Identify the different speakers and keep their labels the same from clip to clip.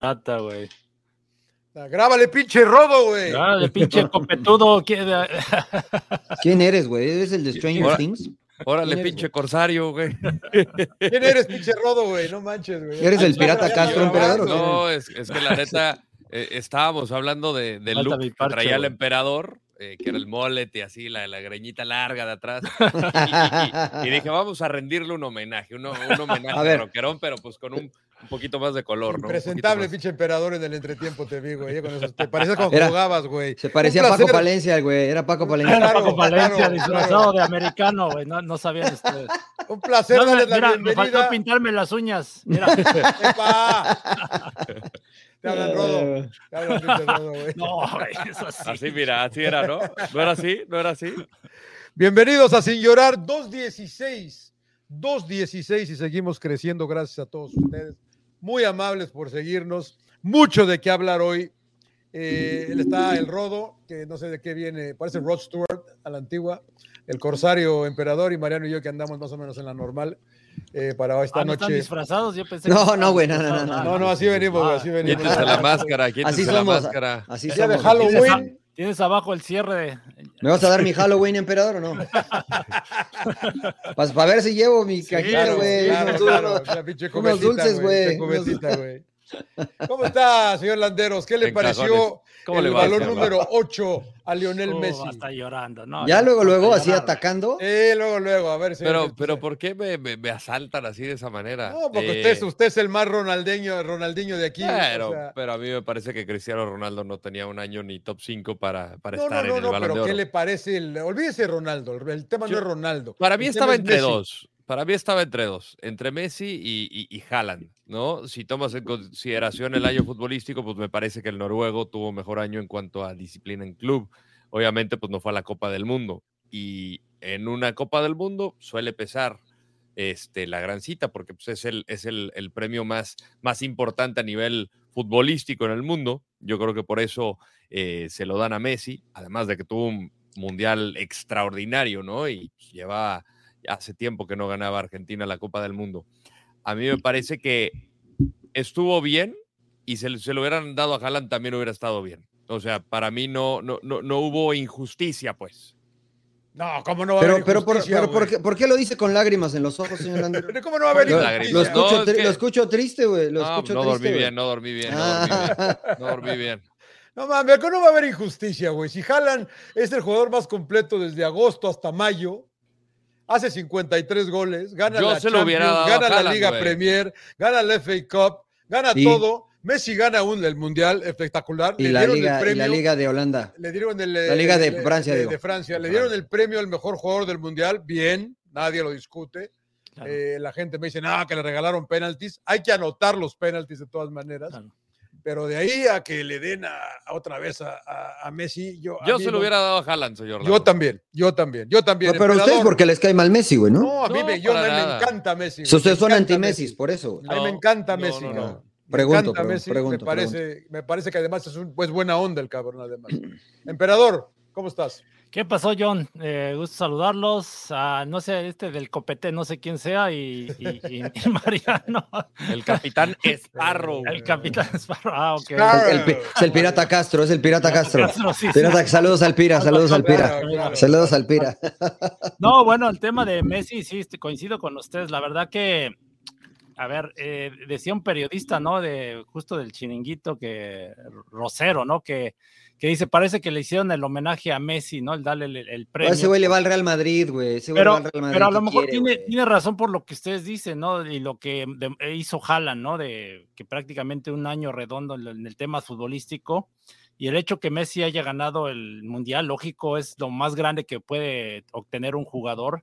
Speaker 1: Nata, güey.
Speaker 2: Grábale, pinche rodo, güey.
Speaker 1: Ah, de pinche copetudo. ¿qué-
Speaker 3: ¿Quién eres, güey? ¿Eres el de Stranger
Speaker 4: Ahora-
Speaker 3: Things?
Speaker 4: Órale,
Speaker 3: ¿Quién eres,
Speaker 4: pinche corsario, güey.
Speaker 2: ¿Quién eres, pinche rodo, güey? No manches, güey.
Speaker 3: ¿Eres el pirata
Speaker 2: ya
Speaker 3: Castro,
Speaker 2: me
Speaker 3: emperador? o
Speaker 2: grabaste.
Speaker 3: quién
Speaker 4: No, es, es que la neta, eh, estábamos hablando de, del
Speaker 1: Falta
Speaker 4: look
Speaker 1: mi
Speaker 4: que
Speaker 1: parche,
Speaker 4: traía el
Speaker 1: güey.
Speaker 4: emperador, eh, que era el molet y así, la, la greñita larga de atrás.
Speaker 3: eres?
Speaker 4: Y dije, vamos a rendirle un homenaje, uno- un homenaje
Speaker 3: A ver.
Speaker 4: rockerón, pero pues con un, un poquito más de color, ¿no? Un poquito
Speaker 2: Presentable,
Speaker 4: más.
Speaker 2: pinche emperador en el entretiempo, te vi, güey. Con esos, te parecías como
Speaker 3: Era-
Speaker 2: jugabas, güey.
Speaker 3: Se parecía
Speaker 2: Un
Speaker 3: a Paco
Speaker 2: placer.
Speaker 3: Palencia, güey. Era Paco Palencia.
Speaker 1: Era
Speaker 2: Claro,
Speaker 1: Paco Palencia
Speaker 2: claro,
Speaker 1: disfrazado de americano, güey. No, no sabían ustedes.
Speaker 2: Un placer
Speaker 1: No,
Speaker 2: darles
Speaker 1: mira,
Speaker 2: la
Speaker 1: mira, me faltó
Speaker 2: bienvenida.
Speaker 1: pintarme las uñas. Mira,
Speaker 2: ¡Epa! Te hablan rodo.
Speaker 3: Eh,
Speaker 2: Te hablan pinche rodo, güey.
Speaker 1: no, güey, es así.
Speaker 4: Así, mira, así era, ¿no? ¿No era así? ¿No era así?
Speaker 2: Bienvenidos a Sin Llorar 216. 216 y seguimos creciendo gracias a todos ustedes. Muy amables por seguirnos. Mucho de qué hablar hoy. Eh, él está el Rodo, que no sé de qué viene, parece Rod Stewart a la antigua, el Corsario Emperador y Mariano y yo que andamos más o menos en la normal eh, para esta
Speaker 1: Ah, ¿no están
Speaker 2: noche.
Speaker 1: disfrazados? Yo pensé
Speaker 3: No,
Speaker 1: que estaban
Speaker 3: no, güey, no, no, no,
Speaker 1: disfrazados.
Speaker 2: No, no, así venimos, güey, así venimos.
Speaker 4: Quítense la máscara,
Speaker 3: Así
Speaker 4: quítense la
Speaker 3: somos.
Speaker 4: máscara.
Speaker 3: Así
Speaker 2: Día de
Speaker 3: somos.
Speaker 2: Halloween.
Speaker 1: Tienes abajo el cierre.
Speaker 3: ¿Me vas a dar mi Halloween, emperador, o no? Para ver si llevo mi cajita,
Speaker 2: Claro,
Speaker 3: güey.
Speaker 2: claro,
Speaker 3: Tú,
Speaker 2: claro,
Speaker 3: no.
Speaker 2: o sea, pinche
Speaker 3: unos
Speaker 2: cubetita,
Speaker 3: dulces,
Speaker 2: güey,
Speaker 3: güey, unos-
Speaker 2: pinche cubetita, güey. ¿Cómo está, señor Landeros? ¿Qué le
Speaker 4: En
Speaker 2: pareció
Speaker 4: cajones. ¿Cómo
Speaker 2: el
Speaker 4: le va,
Speaker 2: valor
Speaker 4: señor?
Speaker 2: número 8 a Lionel
Speaker 1: Uh,
Speaker 2: Messi?
Speaker 1: Está llorando. No,
Speaker 3: Ya luego,
Speaker 1: está
Speaker 3: luego, así
Speaker 1: llorando.
Speaker 3: atacando.
Speaker 2: Eh, luego, luego, a ver. señor
Speaker 4: Pero,
Speaker 2: Landeros.
Speaker 4: pero ¿por qué me, me- me asaltan así de esa manera?
Speaker 2: No, porque
Speaker 4: Eh,
Speaker 2: usted, es, usted es el más Ronaldinho, Ronaldinho de aquí. o
Speaker 4: Claro,
Speaker 2: sea,
Speaker 4: pero a mí me parece que Cristiano Ronaldo no tenía un año ni top 5 para, para
Speaker 2: no, no,
Speaker 4: estar
Speaker 2: no,
Speaker 4: en
Speaker 2: no,
Speaker 4: el Balón de
Speaker 2: pero ¿qué
Speaker 4: Oro.
Speaker 2: le parece? El, olvídese Ronaldo, el, el tema
Speaker 4: Yo-
Speaker 2: no es Ronaldo.
Speaker 4: Para mí
Speaker 2: El
Speaker 4: estaba
Speaker 2: tema es
Speaker 4: entre
Speaker 2: Messi.
Speaker 4: dos. Para mí estaba entre dos, entre Messi y, y, y Haaland, ¿no? Si tomas en consideración el año futbolístico, pues me parece que el noruego tuvo mejor año en cuanto a disciplina en club. Obviamente, pues no fue a la Copa del Mundo. Y en una Copa del Mundo suele pesar este, la gran cita, porque pues, es, el, es el, el premio más, más importante a nivel futbolístico en el mundo. Yo creo que por eso eh, se lo dan a Messi, además de que tuvo un mundial extraordinario, ¿no? Y lleva hace tiempo que no ganaba Argentina la Copa del Mundo. A mí me parece que estuvo bien y se, se lo hubieran dado a Haaland también hubiera estado bien. O sea, para mí no, no, no, no hubo injusticia, pues.
Speaker 2: No, ¿cómo no va a
Speaker 3: Pero,
Speaker 2: haber
Speaker 3: pero, por,
Speaker 2: injusticia,
Speaker 3: pero ¿por,
Speaker 2: güey?
Speaker 3: qué, por qué lo dice con lágrimas en los ojos, señor Landero?
Speaker 2: Pero ¿Cómo no va a haber
Speaker 3: Lo,
Speaker 4: lágrimas.
Speaker 3: lo
Speaker 2: injusticia?
Speaker 3: escucho,
Speaker 4: No, es
Speaker 3: tri-
Speaker 4: que-
Speaker 3: lo escucho triste, güey. Lo
Speaker 4: No,
Speaker 3: escucho
Speaker 4: no dormí
Speaker 3: triste. güey.
Speaker 4: bien, no dormí bien, no dormí bien.
Speaker 3: Ah,
Speaker 4: No dormí bien.
Speaker 2: No mames, ¿cómo no va a haber injusticia, güey? Si Haaland es el jugador más completo desde agosto hasta mayo, hace 53 goles, gana
Speaker 4: Yo
Speaker 2: la
Speaker 4: se lo
Speaker 2: Champions,
Speaker 4: hubiera dado a
Speaker 2: gana la
Speaker 4: Haaland,
Speaker 2: Liga
Speaker 4: güey.
Speaker 2: Premier, gana la FA Cup, gana
Speaker 3: Sí.
Speaker 2: todo. Messi gana un el Mundial espectacular.
Speaker 3: y,
Speaker 2: le
Speaker 3: la
Speaker 2: dieron
Speaker 3: liga,
Speaker 2: el
Speaker 3: y la
Speaker 2: premio.
Speaker 3: liga de Holanda.
Speaker 2: le dieron el,
Speaker 3: la Liga de
Speaker 2: el-
Speaker 3: Francia,
Speaker 2: de-
Speaker 3: digo.
Speaker 2: de Francia. Le
Speaker 4: De
Speaker 2: dieron
Speaker 4: Francia.
Speaker 2: el premio al mejor jugador del Mundial. Bien, nadie lo discute.
Speaker 1: Claro,
Speaker 2: Eh, la gente me dice, ah, que le regalaron penaltis. Hay que anotar los penaltis de todas maneras.
Speaker 1: claro.
Speaker 2: Pero de ahí a que le den a, a otra vez a, a- a Messi, yo, a
Speaker 4: Yo
Speaker 2: mí
Speaker 4: se
Speaker 2: no-
Speaker 4: lo hubiera dado a Haaland, señor.
Speaker 2: Yo
Speaker 4: Lalo.
Speaker 2: también, yo también, yo también.
Speaker 3: No, pero ustedes
Speaker 2: emperador.
Speaker 3: porque les cae mal Messi, güey, ¿no?
Speaker 2: No, a mí
Speaker 4: No,
Speaker 2: me, yo
Speaker 4: para
Speaker 2: me, me
Speaker 4: nada.
Speaker 2: encanta Messi.
Speaker 3: Si
Speaker 2: güey,
Speaker 3: ustedes
Speaker 2: me
Speaker 3: son
Speaker 2: encanta
Speaker 3: anti-Messi, por eso. güey.
Speaker 2: A mí me
Speaker 4: No,
Speaker 2: encanta
Speaker 4: no,
Speaker 2: Messi.
Speaker 4: no,
Speaker 2: güey.
Speaker 4: no.
Speaker 2: Me
Speaker 3: Pregunto,
Speaker 2: encanta
Speaker 3: pre-
Speaker 2: Messi,
Speaker 3: pregunto,
Speaker 2: me, parece, me parece que además es, un, pues, buena onda el cabrón, además. Emperador, ¿cómo estás?
Speaker 1: ¿Qué pasó, John? Eh, gusto saludarlos. Ah, no sé, este del copete, no sé quién sea, y, y- y- y Mariano,
Speaker 4: El capitán Esparro.
Speaker 1: el capitán Esparro. Ah, ok.
Speaker 2: Claro.
Speaker 3: El, el pi- es el pirata Castro, es el pirata Castro.
Speaker 1: Sí, sí.
Speaker 3: Pirata, saludos al Pira, saludos al Pira.
Speaker 2: Claro, claro.
Speaker 3: Saludos al Pira.
Speaker 1: No, bueno, el tema de Messi, sí, este, coincido con ustedes. La verdad que, a ver, eh, decía un periodista, ¿no? De justo del chiringuito que Rosero, ¿no? Que, que dice, parece que le hicieron el homenaje a Messi, ¿no? El darle el, el
Speaker 3: A
Speaker 1: premio.
Speaker 3: ese güey le va al Real Madrid, güey. Ese güey le va
Speaker 1: pero,
Speaker 3: al Real Madrid.
Speaker 1: pero a lo
Speaker 3: ¿qué
Speaker 1: mejor
Speaker 3: quiere,
Speaker 1: tiene,
Speaker 3: güey?
Speaker 1: tiene razón por lo que ustedes dicen, ¿no? Y lo que de- e hizo Haaland, ¿no? De que prácticamente un año redondo en, en el tema futbolístico. Y el hecho que Messi haya ganado el Mundial, lógico, es lo más grande que puede obtener un jugador.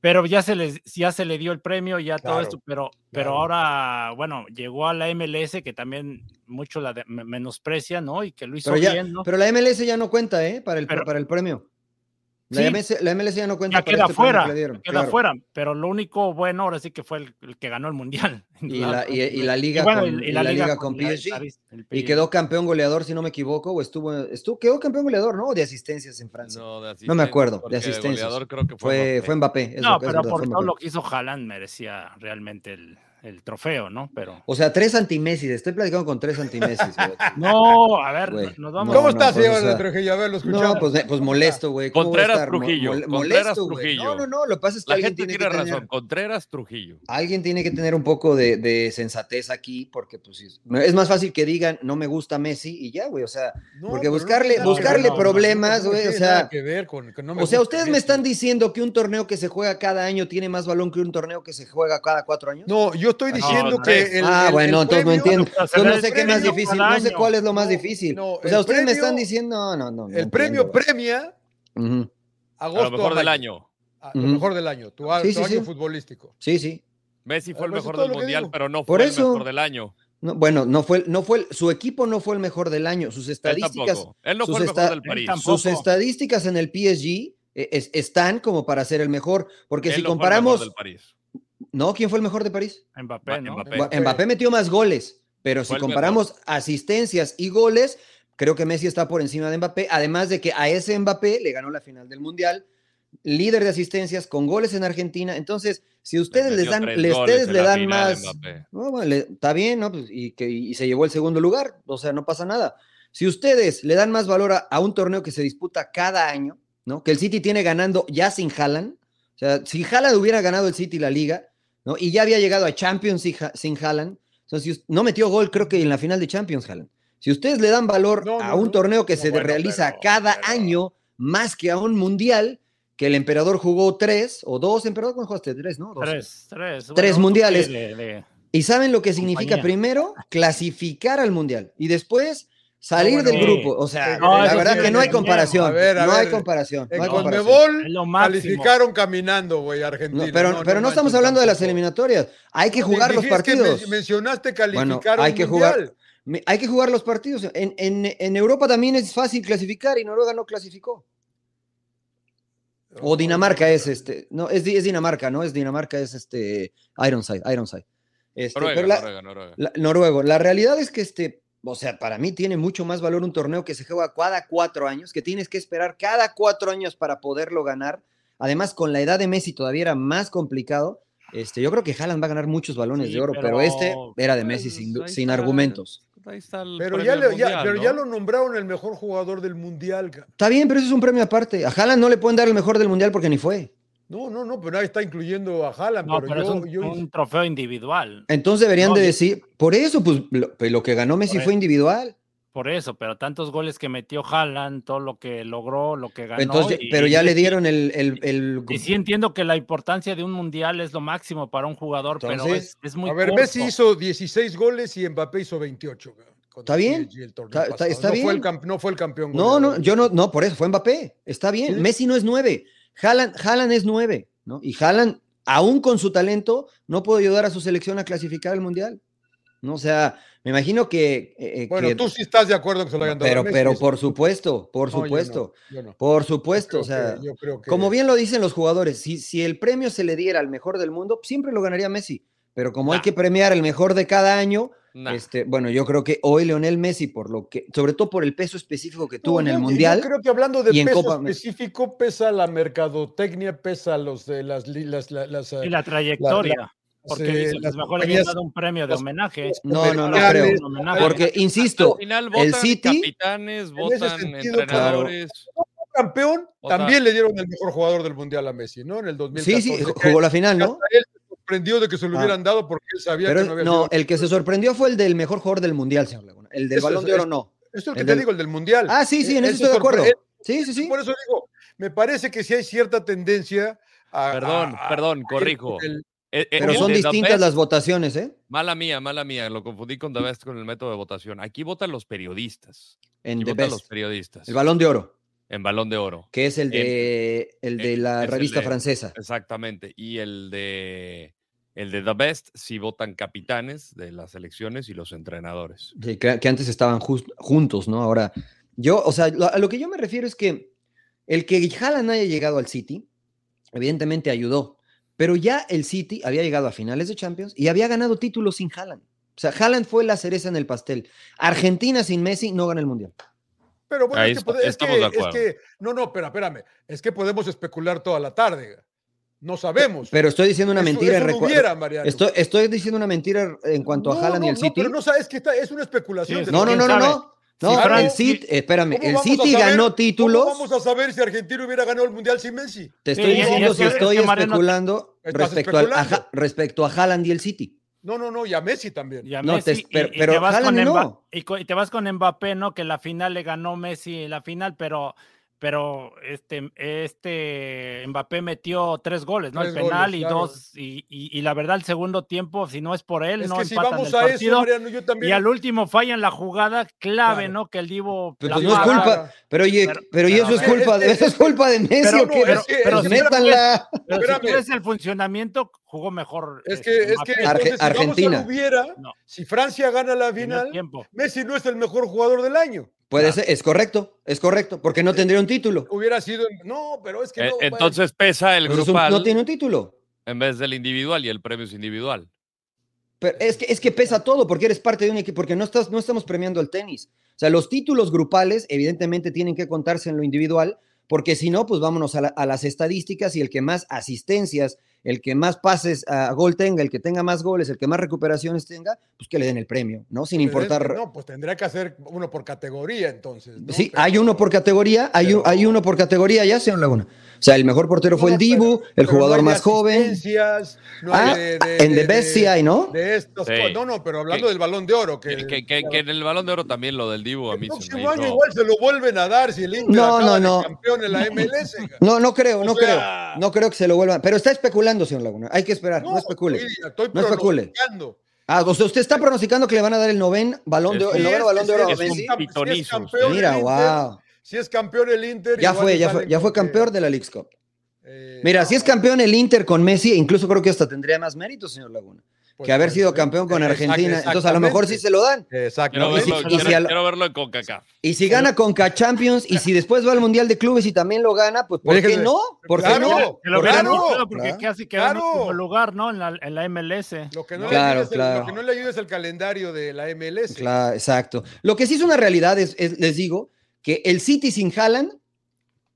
Speaker 1: Pero ya se, les, ya se le dio el premio, ya todo
Speaker 2: Claro,
Speaker 1: esto, pero, pero
Speaker 2: claro.
Speaker 1: ahora, bueno, llegó a la MLS que también mucho la de- me- menosprecia, ¿no? Y que lo hizo
Speaker 3: Pero, ya-
Speaker 1: bien, ¿no?
Speaker 3: pero la MLS ya no cuenta, ¿eh? Para el,
Speaker 1: Pero-
Speaker 3: para el premio. La,
Speaker 1: Sí.
Speaker 3: MS, la MLS ya no cuenta
Speaker 1: ya
Speaker 3: para
Speaker 1: queda
Speaker 3: este premio
Speaker 1: fuera,
Speaker 3: que le dieron,
Speaker 1: queda
Speaker 3: claro.
Speaker 1: fuera, pero lo único bueno ahora sí que fue el, el que ganó el mundial.
Speaker 3: Y la, y- y la liga
Speaker 1: bueno,
Speaker 3: con, y la liga con PSG.
Speaker 1: el
Speaker 3: Y
Speaker 1: PSG.
Speaker 3: quedó campeón goleador, si no me equivoco, o estuvo, estuvo quedó campeón goleador, ¿no? De asistencias en Francia.
Speaker 4: No, de
Speaker 3: No me acuerdo, de
Speaker 4: porque
Speaker 3: asistencias.
Speaker 4: goleador creo que fue.
Speaker 3: fue,
Speaker 4: Mbappé.
Speaker 3: fue Mbappé. es
Speaker 1: No,
Speaker 3: lo que- es
Speaker 1: pero
Speaker 3: verdad,
Speaker 1: por
Speaker 3: fue
Speaker 1: todo
Speaker 3: Mbappé.
Speaker 1: lo que hizo Haaland merecía realmente el, el el trofeo, ¿no? Pero.
Speaker 3: O sea, tres antimessis. Estoy platicando con tres antimessis, güey.
Speaker 1: No, a ver,
Speaker 3: Güey,
Speaker 1: nos vamos.
Speaker 2: ¿Cómo
Speaker 3: No,
Speaker 2: estás,
Speaker 3: no, pues,
Speaker 2: Iván
Speaker 3: o sea,
Speaker 2: de Trujillo? A ver, lo escuchamos.
Speaker 3: No, pues, eh, pues molesto, güey. ¿Cómo voy a
Speaker 4: Contreras
Speaker 3: estar? Mo-
Speaker 4: Trujillo,
Speaker 3: mol-
Speaker 4: Contreras
Speaker 3: güey.
Speaker 4: Trujillo.
Speaker 3: No, no, no. Lo que pasa es que
Speaker 4: La
Speaker 3: alguien
Speaker 4: gente
Speaker 3: tiene
Speaker 4: tiene
Speaker 3: que tener-
Speaker 4: razón. Contreras Trujillo.
Speaker 3: Alguien tiene que tener un poco de, de sensatez aquí, porque pues es- es más fácil que digan no me gusta Messi y ya, güey. O sea,
Speaker 2: No,
Speaker 3: porque
Speaker 2: pero no
Speaker 3: buscarle-
Speaker 2: tiene nada que
Speaker 1: buscarle
Speaker 2: ver, no,
Speaker 3: problemas,
Speaker 2: no
Speaker 3: güey,
Speaker 2: tiene
Speaker 3: o sea-
Speaker 2: nada que ver con- con no
Speaker 3: o sea,
Speaker 2: gusta
Speaker 3: ustedes me
Speaker 2: Messi.
Speaker 3: están diciendo que un torneo que se juega cada año tiene más balón que un torneo que se juega cada cuatro años.
Speaker 2: No, yo estoy
Speaker 1: No,
Speaker 2: diciendo
Speaker 1: no,
Speaker 2: que.
Speaker 1: no.
Speaker 2: el-
Speaker 3: ah,
Speaker 2: el- el
Speaker 3: bueno, entonces no
Speaker 2: premio-
Speaker 3: entiendo.
Speaker 1: Pero, o sea,
Speaker 3: Yo no
Speaker 1: el
Speaker 3: sé qué es más
Speaker 2: premio
Speaker 3: difícil,
Speaker 1: al
Speaker 3: no sé
Speaker 1: año.
Speaker 3: cuál es lo más
Speaker 2: No,
Speaker 3: difícil.
Speaker 2: no,
Speaker 3: o sea,
Speaker 2: el
Speaker 3: ustedes me
Speaker 2: premio-
Speaker 3: están diciendo, no, no, no. no
Speaker 2: El premio
Speaker 3: entiendo, güey.
Speaker 2: premia
Speaker 3: Ujú.
Speaker 2: agosto.
Speaker 4: A lo mejor
Speaker 2: a
Speaker 4: del
Speaker 2: mayo.
Speaker 4: año.
Speaker 2: A lo
Speaker 3: Ujú.
Speaker 2: mejor del año. Tu, a-
Speaker 3: Sí,
Speaker 2: tu
Speaker 3: sí,
Speaker 2: año
Speaker 3: sí.
Speaker 2: futbolístico.
Speaker 3: Sí, sí.
Speaker 4: Messi fue
Speaker 2: Ah,
Speaker 4: el
Speaker 2: pues,
Speaker 4: mejor
Speaker 2: todo
Speaker 4: del
Speaker 2: lo que
Speaker 4: mundial,
Speaker 2: digo.
Speaker 4: pero no
Speaker 3: Por
Speaker 4: fue
Speaker 3: eso-
Speaker 4: el mejor del año.
Speaker 3: No, bueno, no fue, no fue, su equipo no fue el mejor del año. Sus
Speaker 4: Él
Speaker 3: estadísticas
Speaker 4: tampoco. Él no
Speaker 3: sus
Speaker 4: fue el mejor
Speaker 3: esta-
Speaker 4: del París.
Speaker 1: Él
Speaker 3: sus
Speaker 1: Tampoco.
Speaker 3: estadísticas en el PSG eh, es- están como para ser el mejor, porque
Speaker 4: Él
Speaker 3: si
Speaker 4: no fue el mejor
Speaker 3: comparamos,
Speaker 4: del París.
Speaker 3: no, ¿quién fue el mejor de París?
Speaker 1: Mbappé, ¿no?
Speaker 4: Mbappé.
Speaker 3: Mbappé, metió más goles, pero
Speaker 4: Fue
Speaker 3: si
Speaker 4: el
Speaker 3: comparamos asistencias y goles, creo que Messi está por encima de Mbappé, además de que a ese Mbappé le ganó la final del Mundial, líder de asistencias con goles en Argentina, entonces si ustedes les
Speaker 4: metió
Speaker 3: dan,
Speaker 4: tres
Speaker 3: le-
Speaker 4: goles
Speaker 3: ustedes
Speaker 4: en
Speaker 3: le
Speaker 4: la
Speaker 3: dan
Speaker 4: final,
Speaker 3: más, este,
Speaker 4: Mbappé.
Speaker 3: "Ah, no, bueno, le- está bien, ¿no? Pues, y, que, y se llevó el segundo lugar, o sea, no pasa nada. Si ustedes le dan más valor a, a un torneo que se disputa cada año, ¿no? Que el City tiene ganando ya sin Haaland, o sea, si Haaland hubiera ganado el City la liga, ¿no? Y ya había llegado a Champions sin Ha- sin Haaland, entonces si us- no metió gol creo que en la final de Champions Haaland. Si ustedes le dan valor
Speaker 2: No,
Speaker 3: a
Speaker 2: no,
Speaker 3: un
Speaker 2: no.
Speaker 3: torneo que
Speaker 4: No,
Speaker 3: se
Speaker 4: bueno,
Speaker 3: realiza
Speaker 4: pero-
Speaker 3: cada
Speaker 4: pero-
Speaker 3: año más que a un mundial, que el emperador jugó tres o dos, emperador, ¿cuándo jugaste? Tres, ¿no? Dos.
Speaker 1: Tres, tres.
Speaker 3: Tres
Speaker 1: uno
Speaker 3: mundiales.
Speaker 1: de- de-
Speaker 3: ¿Y saben lo que significa?
Speaker 1: Compañía.
Speaker 3: Primero, clasificar al mundial y después salir
Speaker 2: No, bueno,
Speaker 3: del
Speaker 1: sí.
Speaker 3: grupo. O sea,
Speaker 1: Eh, No,
Speaker 3: la
Speaker 1: eso
Speaker 3: verdad
Speaker 1: sí
Speaker 3: que
Speaker 1: es
Speaker 3: no hay
Speaker 1: dinero.
Speaker 3: comparación.
Speaker 2: A ver, a
Speaker 3: no hay
Speaker 2: ver, Eh,
Speaker 3: comparación.
Speaker 2: En
Speaker 3: no hay
Speaker 1: con
Speaker 3: comparación.
Speaker 1: es
Speaker 2: Conmebol
Speaker 1: lo máximo.
Speaker 2: calificaron caminando, güey,
Speaker 3: No,
Speaker 2: Argentina.
Speaker 3: pero, pero no estamos
Speaker 2: manches
Speaker 3: hablando de las
Speaker 2: tampoco.
Speaker 3: eliminatorias. Hay que jugar los
Speaker 2: Dijiste, men-
Speaker 3: partidos.
Speaker 2: mencionaste calificar
Speaker 3: Bueno, hay
Speaker 2: un
Speaker 3: que
Speaker 2: mundial.
Speaker 3: jugar- Me- Hay que jugar los partidos. En, en- en Europa también es fácil clasificar y Noruega no clasificó. O Dinamarca es este. No, es, Di- es Dinamarca, ¿no? Es Dinamarca, es este. Ironside, Ironside. Este,
Speaker 4: Noruega,
Speaker 3: pero la-
Speaker 4: Noruega, Noruega.
Speaker 3: La- noruego, la realidad es que este, o sea, para mí tiene mucho más valor un torneo que se juega cada cuatro años, que tienes que esperar cada cuatro años para poderlo ganar. Además, con la edad de Messi todavía era más complicado. Este, yo creo que Haaland va a ganar muchos balones
Speaker 1: Sí,
Speaker 3: de oro, pero,
Speaker 1: pero-
Speaker 3: este era de Messi
Speaker 4: Pues,
Speaker 3: sin, du-
Speaker 4: ahí
Speaker 3: sin
Speaker 4: está.
Speaker 3: argumentos.
Speaker 4: Ahí está el
Speaker 2: Pero,
Speaker 4: premio
Speaker 2: ya,
Speaker 4: al
Speaker 2: le- ya-
Speaker 4: mundial,
Speaker 2: pero
Speaker 4: ¿no?
Speaker 2: ya lo nombraron el mejor jugador del mundial. ca-
Speaker 3: Está bien, pero eso es un premio aparte. A Haaland no le pueden dar el mejor del mundial porque ni fue.
Speaker 2: No, no, no, pero ahí está incluyendo a Haaland.
Speaker 1: No,
Speaker 2: pero,
Speaker 1: pero es
Speaker 2: yo,
Speaker 1: un,
Speaker 2: yo-
Speaker 1: un trofeo individual.
Speaker 3: Entonces deberían
Speaker 1: No,
Speaker 3: de
Speaker 1: yo-
Speaker 3: decir, por eso, pues lo, pues, lo que ganó Messi
Speaker 1: Por
Speaker 3: fue
Speaker 1: eso.
Speaker 3: individual.
Speaker 1: Por eso, pero tantos goles que metió Haaland, todo lo que logró, lo que ganó.
Speaker 3: Entonces,
Speaker 1: y-
Speaker 3: pero ya le dieron el, el, el-
Speaker 1: Y sí entiendo que la importancia de un mundial es lo máximo para un jugador, pero
Speaker 3: Entonces,
Speaker 1: es, es muy
Speaker 2: a ver,
Speaker 1: corto.
Speaker 2: Messi hizo 16 goles y Mbappé hizo 28. ca- con
Speaker 3: Está
Speaker 2: el
Speaker 3: bien,
Speaker 2: PSG el torneo
Speaker 3: está- está-
Speaker 2: pasado.
Speaker 3: está
Speaker 2: no Fue
Speaker 3: bien.
Speaker 2: el camp- no fue el campeón.
Speaker 3: No, no,
Speaker 2: goleador.
Speaker 3: yo no, no, por eso fue Mbappé. Está bien.
Speaker 2: Sí.
Speaker 3: Messi no es nueve. Haaland, Haaland es nueve, ¿no? Y Haaland, aún con su talento, no puede ayudar a su selección a clasificar al Mundial. No, o sea, me imagino que. eh, eh,
Speaker 2: Bueno,
Speaker 3: que-
Speaker 2: tú sí estás de acuerdo que se lo hayan dado. a
Speaker 3: pero,
Speaker 2: Messi,
Speaker 3: pero
Speaker 2: sí.
Speaker 3: por supuesto, por
Speaker 2: No, yo no,
Speaker 3: supuesto,
Speaker 2: yo no.
Speaker 3: por
Speaker 2: Yo
Speaker 3: supuesto.
Speaker 2: creo
Speaker 3: O sea,
Speaker 2: que- yo creo que-
Speaker 3: como bien lo dicen los jugadores, si, si el premio se le diera al mejor del mundo, siempre lo ganaría Messi. Pero como hay
Speaker 4: Nah.
Speaker 3: que premiar al mejor de cada año,
Speaker 4: Nah.
Speaker 3: este, bueno, yo creo que hoy Leonel Messi, por lo que, sobre todo por el peso específico que
Speaker 2: No,
Speaker 3: tuvo en
Speaker 2: yo-
Speaker 3: el
Speaker 2: yo
Speaker 3: Mundial.
Speaker 2: creo que hablando de
Speaker 3: y en
Speaker 2: peso
Speaker 3: Copa América.
Speaker 2: específico, pesa la mercadotecnia, pesa los de las, li- las, la- las, eh,
Speaker 1: Y la trayectoria. porque
Speaker 2: eh,
Speaker 1: dices,
Speaker 2: las
Speaker 1: mejor le
Speaker 2: compañías-
Speaker 1: habían dado un premio de
Speaker 2: las-
Speaker 1: homenaje.
Speaker 3: No, no, no
Speaker 2: comerciales.
Speaker 3: creo.
Speaker 1: Un homenaje.
Speaker 3: Porque, insisto,
Speaker 4: Al final
Speaker 3: el
Speaker 4: votan
Speaker 3: City-
Speaker 4: capitanes,
Speaker 2: ese
Speaker 4: votan
Speaker 2: sentido,
Speaker 4: entrenadores.
Speaker 2: campeón,
Speaker 4: O sea-
Speaker 2: también le dieron el mejor jugador del mundial a Messi, ¿no? En el 2014.
Speaker 3: sí, sí,
Speaker 2: que
Speaker 3: jugó la final, ¿no?
Speaker 2: hasta él se sorprendió de que se lo
Speaker 3: Ah.
Speaker 2: hubieran dado porque él sabía que no
Speaker 3: Pero
Speaker 2: había
Speaker 3: no, eh,
Speaker 2: sido-
Speaker 3: el que se sorprendió fue el del mejor jugador del mundial, señor Laguna. El del
Speaker 2: Eso,
Speaker 3: balón de
Speaker 2: eso,
Speaker 3: oro no.
Speaker 2: Esto es lo que
Speaker 3: el
Speaker 2: te
Speaker 3: del-
Speaker 2: digo, el del mundial.
Speaker 3: Ah, sí, sí, en
Speaker 2: Él
Speaker 3: eso
Speaker 2: se
Speaker 3: estoy de acuerdo.
Speaker 2: sorpre-
Speaker 3: Sí, sí, sí.
Speaker 2: Por eso digo, me parece que sí hay cierta tendencia a.
Speaker 4: Perdón,
Speaker 2: a- a-
Speaker 4: perdón,
Speaker 2: a-
Speaker 4: corrijo.
Speaker 2: Ah, el-
Speaker 4: Eh, eh,
Speaker 3: Pero
Speaker 4: el
Speaker 3: son
Speaker 4: de The
Speaker 3: distintas
Speaker 4: Best-
Speaker 3: las votaciones, ¿eh?
Speaker 4: Mala mía, mala mía. Lo confundí con The Best con el método de votación. Aquí votan los periodistas.
Speaker 3: En
Speaker 4: Aquí
Speaker 3: The
Speaker 4: votan los
Speaker 3: Best.
Speaker 4: periodistas.
Speaker 3: El balón de oro,
Speaker 4: en balón de oro.
Speaker 3: que es el de, el de
Speaker 4: eh,
Speaker 3: la
Speaker 4: es el
Speaker 3: revista
Speaker 4: de-
Speaker 3: francesa.
Speaker 4: Exactamente. Y el de el de The Best, si votan capitanes de las selecciones y los entrenadores.
Speaker 3: Sí, que, que antes estaban jus- juntos, ¿no? Ahora, yo, o sea, lo- a lo que yo me refiero es que el que Haaland haya llegado al City, evidentemente ayudó, pero ya el City había llegado a finales de Champions y había ganado títulos sin Haaland. O sea, Haaland fue la cereza en el pastel. Argentina sin Messi no gana el Mundial.
Speaker 2: Pero bueno,
Speaker 4: Ahí
Speaker 2: es que,
Speaker 4: está-
Speaker 2: pode- es
Speaker 4: estamos
Speaker 2: que-
Speaker 4: de
Speaker 2: es
Speaker 4: acuerdo.
Speaker 2: que- no, no, pero espérame, es que podemos especular toda la tarde. No sabemos.
Speaker 3: Pero estoy diciendo una
Speaker 2: Eso-
Speaker 3: mentira.
Speaker 2: eso no
Speaker 3: recu-
Speaker 2: hubiera, Mariano.
Speaker 3: estoy, estoy diciendo una mentira en cuanto a
Speaker 2: No,
Speaker 3: Haaland y
Speaker 2: no,
Speaker 3: el
Speaker 2: no,
Speaker 3: City.
Speaker 2: pero no sabes que está- es una especulación.
Speaker 1: Sí,
Speaker 2: de-
Speaker 3: No, no,
Speaker 1: ¿Quién
Speaker 3: no, no,
Speaker 1: sabe?
Speaker 3: no. No,
Speaker 1: Fran-
Speaker 3: el City, espérame,
Speaker 2: ¿Cómo
Speaker 3: el
Speaker 2: vamos a
Speaker 3: City
Speaker 2: saber-
Speaker 3: ganó títulos.
Speaker 2: ¿Cómo vamos a saber si Argentina hubiera ganado el Mundial sin Messi?
Speaker 3: Te
Speaker 1: Sí,
Speaker 3: estoy
Speaker 1: ya- ya
Speaker 3: diciendo
Speaker 1: sé,
Speaker 3: si
Speaker 1: es que
Speaker 3: estoy
Speaker 1: Mariano-
Speaker 3: especulando
Speaker 2: Estás
Speaker 3: respecto, al- a
Speaker 2: especulando.
Speaker 3: Ja- respecto a Haaland y el City.
Speaker 2: No, no, no, y a Messi también.
Speaker 1: Y a
Speaker 3: No, te
Speaker 1: Messi,
Speaker 3: esper-
Speaker 1: y- y
Speaker 3: pero
Speaker 1: te vas con
Speaker 3: Haaland no.
Speaker 1: Mba- y co- y te vas con Mbappé, ¿no? Que la final le ganó Messi en la final, pero, pero este, este Mbappé metió tres goles, ¿no? el
Speaker 2: Tres
Speaker 1: penal
Speaker 2: goles,
Speaker 1: y
Speaker 2: claro.
Speaker 1: dos, y, y- y la verdad, el segundo tiempo, si no es por él,
Speaker 2: es
Speaker 1: no
Speaker 2: que si
Speaker 1: empatan
Speaker 2: vamos
Speaker 1: el
Speaker 2: a eso,
Speaker 1: partido.
Speaker 2: Mariano, yo
Speaker 1: y
Speaker 2: también.
Speaker 1: al último fallan la jugada clave,
Speaker 2: Claro.
Speaker 1: ¿no? Que el Divo.
Speaker 3: Pero
Speaker 1: la
Speaker 3: pues no es
Speaker 1: para.
Speaker 3: culpa, pero oye, pero,
Speaker 1: Pero-
Speaker 3: y
Speaker 1: pero
Speaker 3: eso es
Speaker 1: a ver,
Speaker 3: culpa, de,
Speaker 2: es que-
Speaker 3: eso es culpa de Messi
Speaker 1: Pero
Speaker 3: o qué?
Speaker 1: no, es que-
Speaker 3: Pues
Speaker 1: es que-
Speaker 3: métanla.
Speaker 1: Pero si
Speaker 2: espérame.
Speaker 1: tú ves el funcionamiento, jugó mejor.
Speaker 2: Es que,
Speaker 1: este,
Speaker 2: es
Speaker 1: Mbappé
Speaker 2: que
Speaker 1: en
Speaker 2: entonces,
Speaker 3: Arge-
Speaker 2: si vamos a
Speaker 3: Argentina.
Speaker 2: hubiera,
Speaker 1: No.
Speaker 2: si Francia gana la
Speaker 1: el
Speaker 2: final,
Speaker 1: tiempo.
Speaker 2: Messi no es el mejor jugador del año.
Speaker 3: Puede ser, es correcto, es correcto, porque
Speaker 1: Eh,
Speaker 3: no tendría un título.
Speaker 2: Hubiera sido. No, pero es que.
Speaker 1: E,
Speaker 4: Eh,
Speaker 2: no, bueno.
Speaker 4: Entonces pesa el
Speaker 3: Pues es un-
Speaker 4: grupal
Speaker 3: no tiene un título.
Speaker 4: en vez del individual y el premio es individual.
Speaker 3: Pero es que, es que pesa todo porque eres parte de un equipo, porque no, estás, no estamos premiando el tenis. O sea, los títulos grupales evidentemente tienen que contarse en lo individual, porque si no, pues vámonos a, la- a las estadísticas y el que más asistencias, el que más pases a gol tenga, el que tenga más goles, el que más recuperaciones tenga, pues que le den el premio, ¿no? Sin
Speaker 2: Pero es que
Speaker 3: importar.
Speaker 2: No, pues tendría que hacer uno por categoría, entonces. ¿no?
Speaker 3: Sí,
Speaker 2: Pero-
Speaker 3: hay uno por categoría, hay, un-
Speaker 2: pero-
Speaker 3: hay uno por categoría ya, señor Laguna. O sea, el mejor portero fue el
Speaker 2: No, pero-
Speaker 3: Dibu, el
Speaker 2: pero no
Speaker 3: jugador
Speaker 2: hay de
Speaker 3: más joven.
Speaker 2: asistencias, no hay
Speaker 3: Ah,
Speaker 2: de- de-
Speaker 3: en
Speaker 2: de-
Speaker 3: The Best sí
Speaker 2: de-
Speaker 3: hay, ¿no?
Speaker 2: de estas
Speaker 4: Sí.
Speaker 2: cosas. No, no, pero hablando
Speaker 4: Que-
Speaker 2: del balón de oro. Que,
Speaker 4: Que, que- que en el balón de oro también lo del Divo a mí
Speaker 2: el
Speaker 4: se me
Speaker 2: próximo año
Speaker 4: hizo-
Speaker 2: igual se lo vuelven a dar si el Inter
Speaker 3: No,
Speaker 2: acaba
Speaker 3: no,
Speaker 2: de
Speaker 3: no.
Speaker 2: campeón en la MLS. cara.
Speaker 3: No, no creo,
Speaker 2: O
Speaker 3: no
Speaker 2: sea-
Speaker 3: creo. No creo que se lo vuelvan. Pero está especulando, señor Laguna. Hay que esperar, no, especule.
Speaker 2: estoy- estoy
Speaker 3: No especule.
Speaker 2: pronosticando.
Speaker 3: Ah, o sea, usted está pronosticando que le van a dar el noven balón de,
Speaker 4: Es-
Speaker 3: el noven balón de oro a
Speaker 4: es un
Speaker 3: Messi.
Speaker 4: campeón pitonizo
Speaker 2: campeón
Speaker 3: Mira,
Speaker 2: el Inter,
Speaker 3: wow.
Speaker 2: Si es campeón el Inter.
Speaker 3: Ya
Speaker 2: igual
Speaker 3: fue,
Speaker 2: le
Speaker 3: ya
Speaker 2: sale
Speaker 3: fue, ya fue
Speaker 2: con que,
Speaker 3: campeón de la League's Cup.
Speaker 2: eh,
Speaker 3: Mira, si es campeón el Inter con Messi, incluso creo que hasta tendría más mérito, señor Laguna,
Speaker 2: pues,
Speaker 3: que haber
Speaker 2: pues,
Speaker 3: sido
Speaker 2: sí.
Speaker 3: campeón con
Speaker 2: Exact-
Speaker 3: Argentina. Entonces, a lo mejor sí se lo dan.
Speaker 4: Quiero,
Speaker 3: No,
Speaker 2: Exactamente.
Speaker 3: y si-
Speaker 4: verlo,
Speaker 1: y si
Speaker 4: quiero-
Speaker 3: al- Pues,
Speaker 4: quiero verlo en CONCACAF.
Speaker 3: Y si gana Conca Champions y si después va al Mundial de Clubes y también lo gana, pues ¿por
Speaker 2: Oye,
Speaker 3: qué
Speaker 2: que-
Speaker 3: no? ¿Por qué
Speaker 2: Claro,
Speaker 3: no?
Speaker 1: Que lo
Speaker 3: ¿Por qué
Speaker 1: hubieran
Speaker 2: claro,
Speaker 1: buscado porque
Speaker 3: claro,
Speaker 1: casi quedó en
Speaker 2: claro.
Speaker 1: último lugar, ¿no? En la, en la MLS.
Speaker 2: Lo que no, le
Speaker 3: Claro,
Speaker 2: ayuda es el-
Speaker 3: claro.
Speaker 2: lo que no le ayuda es el calendario de la MLS.
Speaker 3: Claro, exacto. Lo que sí es una realidad es, es- les digo, que el City sin Haaland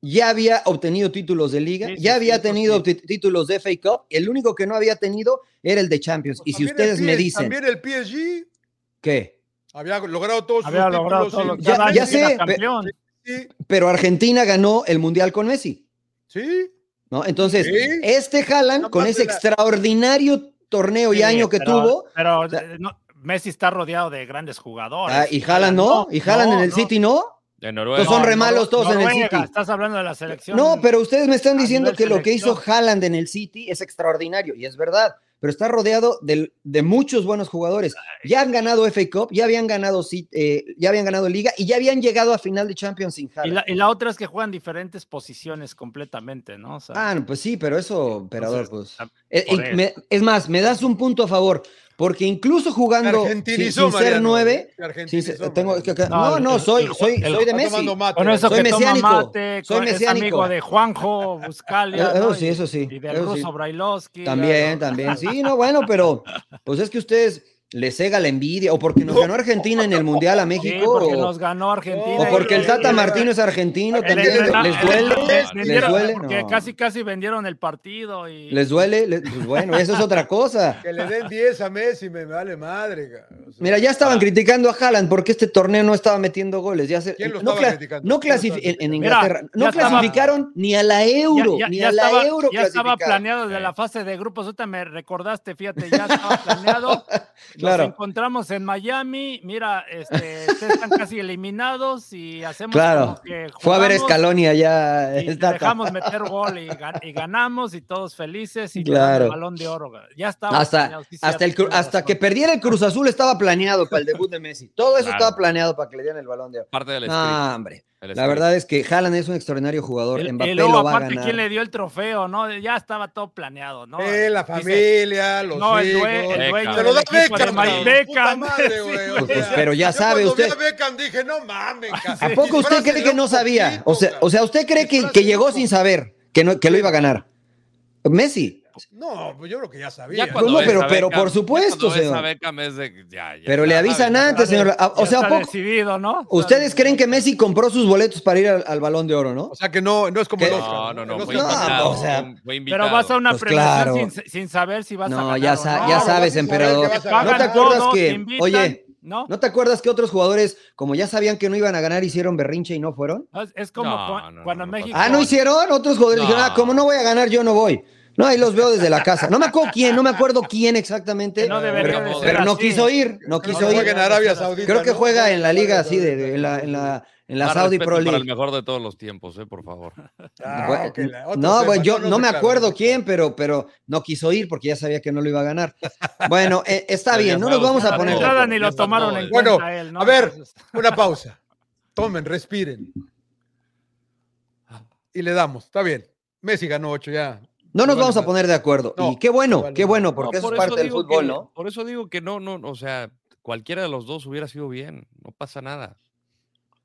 Speaker 3: ya había obtenido títulos de liga,
Speaker 1: Sí, sí,
Speaker 3: ya había
Speaker 1: sí, eso
Speaker 3: tenido
Speaker 1: sí.
Speaker 3: tí- títulos de FA Cup, el único que no había tenido era el de Champions.
Speaker 2: Pues
Speaker 3: y si
Speaker 2: también el
Speaker 3: ustedes me
Speaker 2: PS-
Speaker 3: dicen
Speaker 2: También el PSG
Speaker 3: que,
Speaker 2: había logrado todos
Speaker 1: Había
Speaker 2: sus
Speaker 1: logrado
Speaker 2: títulos.
Speaker 1: todo lo que
Speaker 2: sin-
Speaker 3: Ya-
Speaker 1: cada
Speaker 3: ya
Speaker 1: año era
Speaker 3: sé, pe-
Speaker 1: campeón.
Speaker 2: Sí,
Speaker 3: pero Argentina ganó el Mundial con Messi,
Speaker 2: sí.
Speaker 3: ¿no? Entonces,
Speaker 2: Sí.
Speaker 3: este Haaland,
Speaker 2: Aparte
Speaker 3: con ese
Speaker 2: la-
Speaker 3: extraordinario torneo y
Speaker 1: Sí,
Speaker 3: año que
Speaker 1: pero-
Speaker 3: tuvo,
Speaker 1: Pero
Speaker 3: sea-
Speaker 1: eh, no, Messi está rodeado de grandes jugadores.
Speaker 3: ah, y Haaland no, y Haaland en el City no.
Speaker 4: En Noruega.
Speaker 3: Entonces pues, son re
Speaker 1: Nor-
Speaker 3: malos todos en el
Speaker 1: Noruega,
Speaker 3: City.
Speaker 1: Estás hablando de la selección.
Speaker 3: No, pero ustedes me están
Speaker 1: a
Speaker 3: diciendo
Speaker 1: nivel
Speaker 3: que lo que hizo
Speaker 1: selección.
Speaker 3: Haaland en el City es extraordinario, y es verdad, pero está rodeado del- de, muchos buenos jugadores. Ya han ganado FA Cup, ya habían ganado, Cit- eh, ya habían ganado Liga y ya habían llegado a final de Champions sin
Speaker 1: Y
Speaker 3: Haaland.
Speaker 1: la, y la otra es que juegan diferentes posiciones completamente, ¿no? O sea,
Speaker 3: Ah, no, pues sí, pero eso, emperador,
Speaker 1: entonces,
Speaker 3: pues.
Speaker 1: ah,
Speaker 3: Eh,
Speaker 1: por
Speaker 3: eh,
Speaker 1: eso.
Speaker 3: me- es más, me das un punto a favor, porque incluso jugando sin,
Speaker 2: Argentinizó,
Speaker 3: sin ser
Speaker 2: Mariano.
Speaker 3: nueve, sin
Speaker 2: Argentinizó,
Speaker 3: ser- tengo
Speaker 2: Mariano.
Speaker 3: que- que-
Speaker 1: No,
Speaker 3: no,
Speaker 1: el-
Speaker 3: no,
Speaker 1: el-
Speaker 3: soy,
Speaker 1: el-
Speaker 3: soy,
Speaker 1: el-
Speaker 3: soy de
Speaker 2: Está
Speaker 3: Messi.
Speaker 2: tomando mate,
Speaker 1: con eso
Speaker 3: soy
Speaker 1: que toma
Speaker 3: mesiánico,
Speaker 1: mate,
Speaker 3: soy
Speaker 1: con- es
Speaker 3: mesiánico.
Speaker 1: amigo de Juanjo Buscalia.
Speaker 3: Eh,
Speaker 1: ¿no?
Speaker 3: eso sí,
Speaker 1: Y-
Speaker 3: eso sí,
Speaker 1: Y del
Speaker 3: eso sí.
Speaker 1: ruso Brailovsky.
Speaker 3: También, también. Sí, no, bueno, pero pues es que ustedes les cega la envidia, o porque nos ganó Argentina en el Mundial a
Speaker 1: Sí,
Speaker 3: México,
Speaker 1: porque
Speaker 3: o,
Speaker 1: nos ganó Argentina.
Speaker 3: o
Speaker 2: ganó.
Speaker 1: y-
Speaker 3: porque el Tata
Speaker 1: y-
Speaker 3: Martino es argentino,
Speaker 1: el-
Speaker 3: también
Speaker 1: el-
Speaker 3: les,
Speaker 1: el-
Speaker 3: les
Speaker 1: el-
Speaker 3: duele,
Speaker 1: les
Speaker 3: les
Speaker 1: vendieron-
Speaker 3: duele,
Speaker 1: Porque
Speaker 3: no.
Speaker 1: casi, casi vendieron el partido. Y...
Speaker 3: les duele, les- pues bueno, eso es otra cosa.
Speaker 2: Que le den 10 a Messi, me vale madre. cara. O sea,
Speaker 3: Mira, ya estaban
Speaker 1: Ah.
Speaker 3: criticando a Haaland porque este torneo no estaba metiendo goles. Ya se-
Speaker 2: ¿Quién lo
Speaker 3: no
Speaker 2: estaba
Speaker 3: cla-
Speaker 2: criticando?
Speaker 3: no
Speaker 2: ¿Quién lo
Speaker 3: clasif-
Speaker 2: estaba
Speaker 3: en, en
Speaker 2: criticando?
Speaker 3: Inglaterra.
Speaker 1: Mira,
Speaker 3: no
Speaker 1: ya estaba-
Speaker 3: clasificaron ni a la euro,
Speaker 1: ya, ya-
Speaker 3: ni
Speaker 1: ya
Speaker 3: a la
Speaker 1: estaba,
Speaker 3: euro
Speaker 1: ya estaba
Speaker 3: clasificaron.
Speaker 1: planeado desde
Speaker 4: Sí.
Speaker 1: la fase de grupos. Ahorita me recordaste, fíjate, ya estaba planeado.
Speaker 3: Claro.
Speaker 1: Nos encontramos en Miami. Mira, este, ustedes están casi eliminados y hacemos
Speaker 3: Claro.
Speaker 1: como que
Speaker 3: Fue a ver
Speaker 1: jugamos
Speaker 3: Scaloni allá.
Speaker 1: y
Speaker 3: el
Speaker 1: te
Speaker 3: Tata.
Speaker 1: dejamos meter gol y, gan- y ganamos y todos felices y te
Speaker 3: Claro.
Speaker 1: dan el balón de oro. güey. Ya estaba
Speaker 3: Hasta,
Speaker 1: planeado, sí,
Speaker 3: hasta,
Speaker 1: cierto,
Speaker 3: el, cru-
Speaker 1: tienes
Speaker 3: hasta
Speaker 1: razón.
Speaker 3: que perdiera el Cruz Azul estaba planeado para el debut de Messi. Todo eso
Speaker 4: Claro.
Speaker 3: estaba planeado para que le dieran el balón de oro.
Speaker 4: Parte del script.
Speaker 3: No, hombre.
Speaker 4: el
Speaker 3: Ah, La
Speaker 4: script.
Speaker 3: verdad es que Haaland es un extraordinario
Speaker 1: Y-
Speaker 3: jugador.
Speaker 1: y
Speaker 3: Mbappé
Speaker 1: luego,
Speaker 3: lo va a
Speaker 1: aparte,
Speaker 3: ganar.
Speaker 1: ¿quién le dio el trofeo? no Ya estaba todo planeado, ¿no?
Speaker 2: Eh, la
Speaker 1: Dice,
Speaker 2: familia, los
Speaker 1: No, el,
Speaker 2: hijos.
Speaker 1: due- el
Speaker 4: Beckham.
Speaker 1: dueño
Speaker 2: Se lo da
Speaker 1: del equipo de
Speaker 2: Beckham,
Speaker 1: Mike
Speaker 2: cabrón. Puta
Speaker 1: Beckham.
Speaker 2: madre,
Speaker 1: Sí,
Speaker 2: güey, o
Speaker 1: güey. Ah,
Speaker 3: Pues,
Speaker 2: sea,
Speaker 3: pero ya
Speaker 2: yo
Speaker 3: sabe
Speaker 2: cuando vi
Speaker 3: usted-
Speaker 2: a Beckham dije, no mames,
Speaker 3: ¿A
Speaker 2: cabrón.
Speaker 3: poco usted cree
Speaker 2: Disfrácenlo
Speaker 3: que no
Speaker 2: un
Speaker 3: sabía?
Speaker 2: poquito,
Speaker 3: O sea, o sea ¿usted cree que,
Speaker 2: Disfrácenlo
Speaker 3: que
Speaker 2: un
Speaker 3: llegó sin
Speaker 2: poquito.
Speaker 3: saber que, no, que lo iba a ganar? Messi.
Speaker 2: No, pues yo creo que ya sabía.
Speaker 4: Ya
Speaker 2: ¿no?
Speaker 4: cuando
Speaker 3: ¿Cómo?
Speaker 4: ves
Speaker 3: Pero-
Speaker 4: a
Speaker 3: pero
Speaker 4: Beckham-
Speaker 3: por supuesto,
Speaker 4: ya cuando ves
Speaker 3: señor.
Speaker 4: a Beckham es de- ya, ya
Speaker 3: Pero le
Speaker 4: sabes,
Speaker 3: avisan
Speaker 4: ya
Speaker 1: Está
Speaker 3: antes,
Speaker 4: sabes.
Speaker 3: señor. A- O
Speaker 1: Ya
Speaker 3: sea, ¿a
Speaker 1: está
Speaker 3: poco?
Speaker 1: decidido, ¿no?
Speaker 3: ¿Ustedes creen que Messi compró sus boletos para ir al, al Balón de Oro, no?
Speaker 2: O sea que no, no pues, es como
Speaker 3: ¿Qué?
Speaker 2: el Oscar,
Speaker 4: No, no, no,
Speaker 2: El Oscar-
Speaker 4: fue
Speaker 3: No,
Speaker 4: invitado.
Speaker 3: o sea,
Speaker 4: fue- fue invitado.
Speaker 1: Pero vas a una
Speaker 3: Pues
Speaker 1: premiación
Speaker 3: claro.
Speaker 1: sin, sin saber si vas a
Speaker 3: No,
Speaker 1: ganar
Speaker 3: ya,
Speaker 1: o
Speaker 3: sa-
Speaker 1: no.
Speaker 2: Ah,
Speaker 3: ya
Speaker 2: vas a saber
Speaker 3: sabes,
Speaker 2: que
Speaker 3: emperador.
Speaker 2: vas a
Speaker 3: ¿No
Speaker 2: ganar.
Speaker 3: te acuerdas
Speaker 1: Todo,
Speaker 3: que,
Speaker 1: te invitan,
Speaker 3: oye,
Speaker 1: ¿no?
Speaker 3: ¿no te acuerdas que otros jugadores, como ya sabían que no iban a ganar, hicieron berrinche y no fueron?
Speaker 1: Es- Es como
Speaker 4: No,
Speaker 1: cu-
Speaker 4: no,
Speaker 1: cuando
Speaker 4: no, no
Speaker 1: México.
Speaker 4: pasa
Speaker 3: Ah, ¿no hicieron? Otros jugadores
Speaker 4: No.
Speaker 3: dijeron, ah, como no voy a ganar, yo no voy. No, ahí los veo desde la casa. No me acuerdo quién, no me acuerdo quién exactamente.
Speaker 1: Que no debería
Speaker 3: pero,
Speaker 4: de ser
Speaker 3: pero no
Speaker 1: así.
Speaker 3: quiso ir,
Speaker 2: Creo
Speaker 3: no
Speaker 2: que
Speaker 3: quiso ir.
Speaker 2: juega en Arabia Saudita.
Speaker 3: Creo que
Speaker 2: ¿no?
Speaker 3: juega en la liga así, de, de- en la, en la, en la
Speaker 4: Más
Speaker 3: Saudi
Speaker 4: respeto
Speaker 3: Pro
Speaker 4: Para
Speaker 3: League.
Speaker 4: el mejor de todos los tiempos, eh, por favor.
Speaker 2: Ah,
Speaker 3: Bueno,
Speaker 2: ok, la- otro
Speaker 3: no,
Speaker 2: tema,
Speaker 3: bueno, yo no
Speaker 2: sé,
Speaker 3: me
Speaker 2: claro.
Speaker 3: acuerdo quién, pero, pero no quiso ir porque ya sabía que no lo iba a ganar. Bueno, eh, está
Speaker 4: Pero ya
Speaker 3: bien, no nos
Speaker 4: sabes,
Speaker 3: vamos
Speaker 1: La
Speaker 3: a
Speaker 4: ya
Speaker 3: poner.
Speaker 4: sabes.
Speaker 1: entrada ni lo
Speaker 4: Ya está
Speaker 1: tomaron
Speaker 4: todo,
Speaker 1: en
Speaker 4: eh.
Speaker 1: cuenta
Speaker 2: Bueno,
Speaker 1: él, ¿no?
Speaker 2: a ver.
Speaker 1: Entonces,
Speaker 2: Una pausa. Tomen, respiren. Y le damos. Está bien. Messi ganó 8 ya.
Speaker 3: No nos
Speaker 2: Vale,
Speaker 3: vamos a
Speaker 2: vale.
Speaker 3: poner de acuerdo.
Speaker 2: No,
Speaker 3: y qué bueno,
Speaker 2: vale.
Speaker 3: qué bueno, porque
Speaker 4: No,
Speaker 3: eso
Speaker 4: por
Speaker 3: es parte del
Speaker 4: digo
Speaker 3: fútbol,
Speaker 4: que-
Speaker 3: ¿no?
Speaker 4: Por eso digo que no, no, no, o sea, cualquiera de los dos hubiera sido bien, no pasa nada.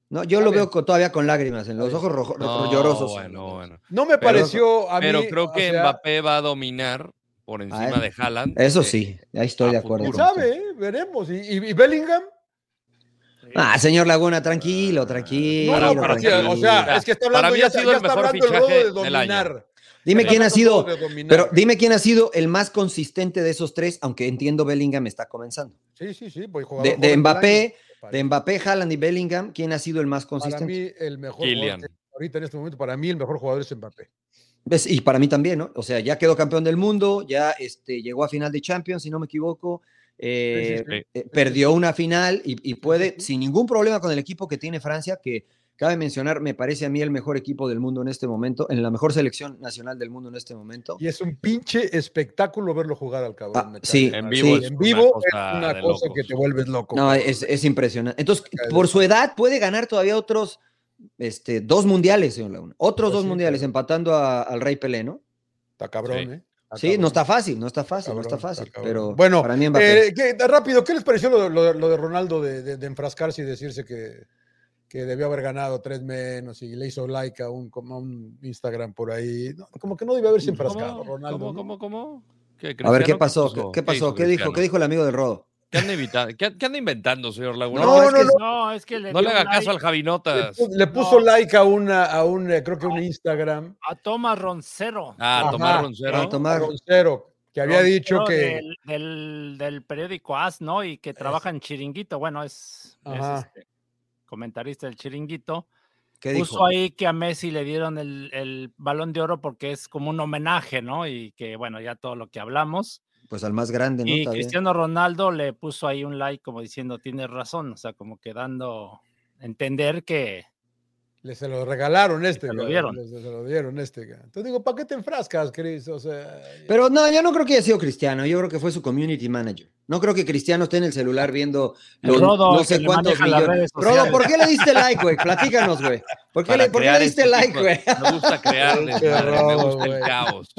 Speaker 3: No, yo
Speaker 2: Está
Speaker 3: lo
Speaker 2: bien.
Speaker 3: veo co- todavía con lágrimas, en los ojos rojo-
Speaker 4: No,
Speaker 3: llorosos.
Speaker 4: Bueno, bueno.
Speaker 2: No me
Speaker 4: Pero-
Speaker 2: pareció a mí.
Speaker 4: Pero creo que
Speaker 2: o sea,
Speaker 4: Mbappé va a dominar por encima
Speaker 3: eso-
Speaker 4: de Haaland.
Speaker 3: Ah, Eso
Speaker 4: eh,
Speaker 3: sí, ahí estoy
Speaker 4: a
Speaker 3: de acuerdo.
Speaker 2: ¿quién
Speaker 4: futuro.
Speaker 3: con usted.
Speaker 2: sabe? eh? Veremos. ¿Y, y- y Bellingham?
Speaker 1: sí.
Speaker 3: Ah, señor Laguna,
Speaker 4: Ah,
Speaker 3: tranquilo,
Speaker 2: No,
Speaker 3: tranquilo.
Speaker 2: no, pero sí,
Speaker 3: tranquilo.
Speaker 2: o sea, es que está hablando
Speaker 4: Para mí
Speaker 2: ya,
Speaker 4: ha sido
Speaker 2: ya
Speaker 4: el
Speaker 2: está
Speaker 4: mejor
Speaker 2: hablando el
Speaker 4: fichaje
Speaker 2: juego de
Speaker 4: del año.
Speaker 2: dominar.
Speaker 3: dime
Speaker 2: Está
Speaker 3: quién
Speaker 2: hablando
Speaker 3: ha
Speaker 2: el
Speaker 3: sido,
Speaker 2: juego de dominar.
Speaker 3: pero dime quién ha sido el más consistente de esos tres, aunque entiendo Bellingham está comenzando.
Speaker 2: Sí, sí, sí. pues, jugador
Speaker 3: De,
Speaker 2: joven
Speaker 3: de
Speaker 2: del año,
Speaker 3: Mbappé,
Speaker 2: para-
Speaker 3: de Mbappé, Haaland y Bellingham, ¿quién ha sido el más
Speaker 2: Para
Speaker 3: consistente?
Speaker 2: mí, el mejor
Speaker 4: Kylian.
Speaker 2: jugador ahorita en este momento, para mí, el mejor jugador es Mbappé.
Speaker 3: Pues, y para mí también, ¿no? O sea, ya quedó campeón del mundo, ya este, llegó a final de Champions, si no me equivoco, eh,
Speaker 2: Sí, sí,
Speaker 4: sí.
Speaker 3: eh, perdió una final y, y puede, sin ningún problema con el equipo que tiene Francia, que cabe mencionar, me parece a mí el mejor equipo del mundo en este momento, en la mejor selección nacional del mundo en este momento.
Speaker 2: Y es un pinche espectáculo verlo jugar al cabrón.
Speaker 3: Ah,
Speaker 2: me
Speaker 3: sí,
Speaker 2: cae.
Speaker 4: En
Speaker 3: sí.
Speaker 4: vivo, es
Speaker 2: en
Speaker 4: una
Speaker 2: vivo es
Speaker 4: cosa
Speaker 2: una
Speaker 4: de
Speaker 2: cosa que
Speaker 4: locos.
Speaker 2: te vuelves loco.
Speaker 3: No, es, eh, es impresionante. Entonces,
Speaker 2: Cae de
Speaker 3: por su edad puede ganar todavía otros este, dos mundiales, señor Laguna. Otros
Speaker 2: Pues
Speaker 3: dos
Speaker 2: sí,
Speaker 3: mundiales,
Speaker 2: pero-
Speaker 3: empatando a- al Rey Pelé, ¿no?
Speaker 2: Está cabrón,
Speaker 4: Sí.
Speaker 2: ¿eh?
Speaker 3: Sí, no
Speaker 2: cabrón.
Speaker 3: está fácil, no está fácil, no está
Speaker 2: Cabrón, está
Speaker 3: fácil.
Speaker 2: cabrón.
Speaker 3: pero
Speaker 2: Bueno,
Speaker 3: para mí Mbappé.
Speaker 2: Eh, ¿qué- rápido, ¿qué les pareció lo, lo- lo de Ronaldo de, de- de enfrascarse y decirse que, que debió haber ganado tres menos y le hizo like a un, como a un Instagram por ahí? No, como que no debió haberse enfrascado,
Speaker 4: ¿Cómo?
Speaker 2: Ronaldo.
Speaker 4: ¿Cómo,
Speaker 2: ¿no?
Speaker 4: cómo, cómo? ¿Qué,
Speaker 3: A ver, ¿qué
Speaker 4: Cristiano?
Speaker 3: pasó? ¿Qué, qué pasó?
Speaker 4: hizo
Speaker 3: ¿Qué dijo? ¿Qué
Speaker 4: Cristiano?
Speaker 3: dijo el amigo del Rodo?
Speaker 4: ¿Qué anda, invita- qué- qué anda inventando, señor Laguna?
Speaker 2: No,
Speaker 3: es
Speaker 4: No,
Speaker 3: que-
Speaker 2: no,
Speaker 1: No, es que le,
Speaker 4: le
Speaker 1: dio
Speaker 4: haga
Speaker 1: like
Speaker 4: caso al
Speaker 2: Le,
Speaker 4: Javinotas.
Speaker 2: pu- le puso
Speaker 1: No.
Speaker 2: like a una, a un, eh, creo que un Instagram.
Speaker 1: a Thomas Roncero.
Speaker 4: Ah,
Speaker 2: Ajá.
Speaker 4: tomaron cero.
Speaker 3: Ah, tomar-
Speaker 2: Roncero, que había
Speaker 1: Roncero
Speaker 2: dicho que.
Speaker 1: Del, del, del periódico AS, ¿no? Y que trabaja en Chiringuito. Bueno, es, es,
Speaker 2: Ajá.
Speaker 1: este, comentarista del Chiringuito.
Speaker 3: ¿Qué
Speaker 1: Puso
Speaker 3: dijo?
Speaker 1: ahí que a Messi le dieron el, el balón de oro porque es como un homenaje, ¿no? Y que, bueno, ya todo lo que hablamos.
Speaker 3: Pues al más grande, ¿no?
Speaker 1: Y
Speaker 3: Está bien.
Speaker 1: Cristiano Ronaldo le puso ahí un like como diciendo, tienes razón, o sea, como que dando a entender que...
Speaker 2: Le se lo regalaron este.
Speaker 1: se lo
Speaker 2: cabrón,
Speaker 1: dieron.
Speaker 2: le- se lo dieron este. cabrón. Entonces digo, ¿para qué te enfrascas, Chris? O sea,
Speaker 3: Pero no, yo no creo que haya sido Cristiano, yo creo que fue su community manager. No creo que Cristiano esté en el celular viendo
Speaker 1: El
Speaker 3: los
Speaker 1: Rodo,
Speaker 3: no
Speaker 1: el que
Speaker 3: sé
Speaker 1: le
Speaker 3: cuántos
Speaker 1: maneja las
Speaker 3: millones.
Speaker 1: redes
Speaker 3: Rodo,
Speaker 1: sociales.
Speaker 3: ¿por qué le diste like, güey? Platícanos, güey. ¿Por qué
Speaker 4: para
Speaker 3: le, por qué
Speaker 4: crear
Speaker 3: le diste
Speaker 4: este
Speaker 3: like,
Speaker 4: tipo
Speaker 3: güey?
Speaker 4: de- Me gusta crear desmadre,
Speaker 2: Qué
Speaker 4: me
Speaker 2: robo,
Speaker 4: gusta el
Speaker 2: güey.
Speaker 4: caos.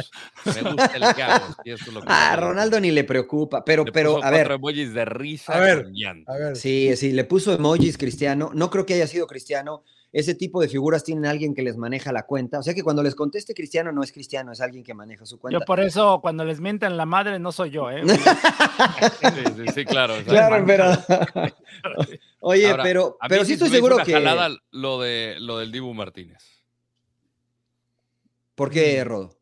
Speaker 4: Me gusta el caos. y eso es lo que
Speaker 3: Ah,
Speaker 4: me gusta.
Speaker 3: Ronaldo ni le preocupa, pero,
Speaker 4: Le
Speaker 3: pero,
Speaker 4: puso
Speaker 3: a
Speaker 4: cuatro
Speaker 3: ver.
Speaker 4: emojis de risa
Speaker 2: A ver.
Speaker 4: con llanto.
Speaker 2: a ver.
Speaker 3: Sí, sí, le puso emojis Cristiano. No creo que haya sido Cristiano. Ese tipo de figuras tienen alguien que les maneja la cuenta. O sea que cuando les conteste Cristiano, no es Cristiano, es alguien que maneja su cuenta.
Speaker 1: Yo por eso cuando les mienten la madre no soy yo, ¿eh?
Speaker 4: Sí, sí, sí, claro. o sea,
Speaker 3: Claro, pero. Oye,
Speaker 4: Ahora,
Speaker 3: pero,
Speaker 4: a mí
Speaker 3: pero
Speaker 4: sí
Speaker 3: sí estoy
Speaker 4: se me hizo
Speaker 3: seguro
Speaker 4: una
Speaker 3: que.
Speaker 4: jalada lo, de, lo del Dibu Martínez.
Speaker 3: ¿Por qué, Rodo?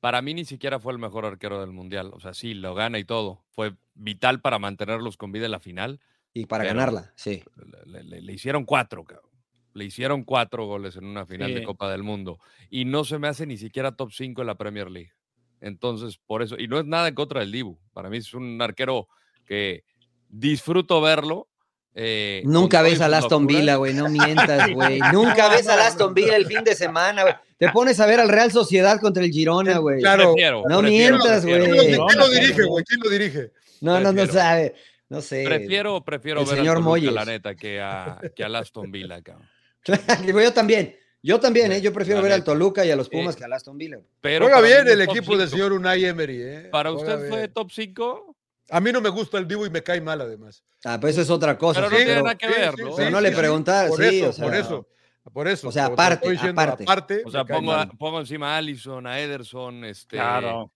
Speaker 4: Para mí ni siquiera fue el mejor arquero del Mundial. O sea, sí, lo gana y todo. Fue vital para mantenerlos con vida en la final.
Speaker 3: Y para
Speaker 4: Pero-
Speaker 3: ganarla, sí.
Speaker 4: Le, le- le hicieron cuatro, cabrón. Le hicieron cuatro goles en una final de
Speaker 1: Sí.
Speaker 4: Copa del Mundo. Y no se me hace ni siquiera top 5 en la Premier League. Entonces, por eso. Y no es nada en contra del Dibu. Para mí es un arquero que disfruto verlo. eh, con
Speaker 3: Nunca
Speaker 4: todo y
Speaker 3: ves al
Speaker 4: sus
Speaker 3: Aston
Speaker 4: locuras.
Speaker 3: Villa, güey, no mientas, güey. Nunca ves al Aston Villa el fin de semana, güey. Te pones a ver al Real Sociedad contra el Girona, güey.
Speaker 2: Claro.
Speaker 4: Prefiero,
Speaker 3: No
Speaker 4: prefiero,
Speaker 3: mientas,
Speaker 4: prefiero.
Speaker 2: ¿Quién
Speaker 3: güey.
Speaker 2: lo- ¿Quién
Speaker 1: Ronaldo,
Speaker 2: lo dirige, güey? ¿Quién lo dirige?
Speaker 3: No, no, no
Speaker 4: prefiero.
Speaker 3: sabe. No sé.
Speaker 4: Prefiero, prefiero
Speaker 3: Eh, el
Speaker 4: ver
Speaker 3: señor
Speaker 4: a Toluca, la
Speaker 3: Moyes.
Speaker 4: neta, que a, que al Aston Villa, cabrón.
Speaker 3: Digo, yo también. Yo también, ¿eh? Yo prefiero
Speaker 4: La
Speaker 3: ver al
Speaker 4: neta.
Speaker 3: Toluca y a los Pumas
Speaker 4: Eh,
Speaker 3: que al Aston Villa. güey.
Speaker 4: Pero
Speaker 2: Juega
Speaker 4: para mí
Speaker 2: bien
Speaker 4: no es
Speaker 2: el
Speaker 4: top
Speaker 2: equipo del
Speaker 4: cinco.
Speaker 2: señor Unai Emery. ¿eh?
Speaker 4: Para
Speaker 2: Juega
Speaker 4: usted fue
Speaker 2: bien.
Speaker 4: top 5,
Speaker 2: A mí no me gusta el Divo y me cae mal, además.
Speaker 3: Ah, pues eso es otra cosa.
Speaker 4: pero no
Speaker 3: sí,
Speaker 4: tiene
Speaker 3: pero-
Speaker 4: nada que
Speaker 2: sí,
Speaker 4: ver,
Speaker 2: sí,
Speaker 4: ¿no?
Speaker 2: sí,
Speaker 3: pero no le preguntar,
Speaker 2: Por
Speaker 3: Ah, sí,
Speaker 2: eso,
Speaker 3: o sea,
Speaker 2: por eso. Por eso.
Speaker 3: O sea,
Speaker 2: como te
Speaker 3: aparte,
Speaker 2: estoy diciendo,
Speaker 3: aparte.
Speaker 4: O sea,
Speaker 2: me cae
Speaker 4: pongo, a-
Speaker 2: mal.
Speaker 4: pongo encima a Allison, a Ederson, este,
Speaker 1: Claro.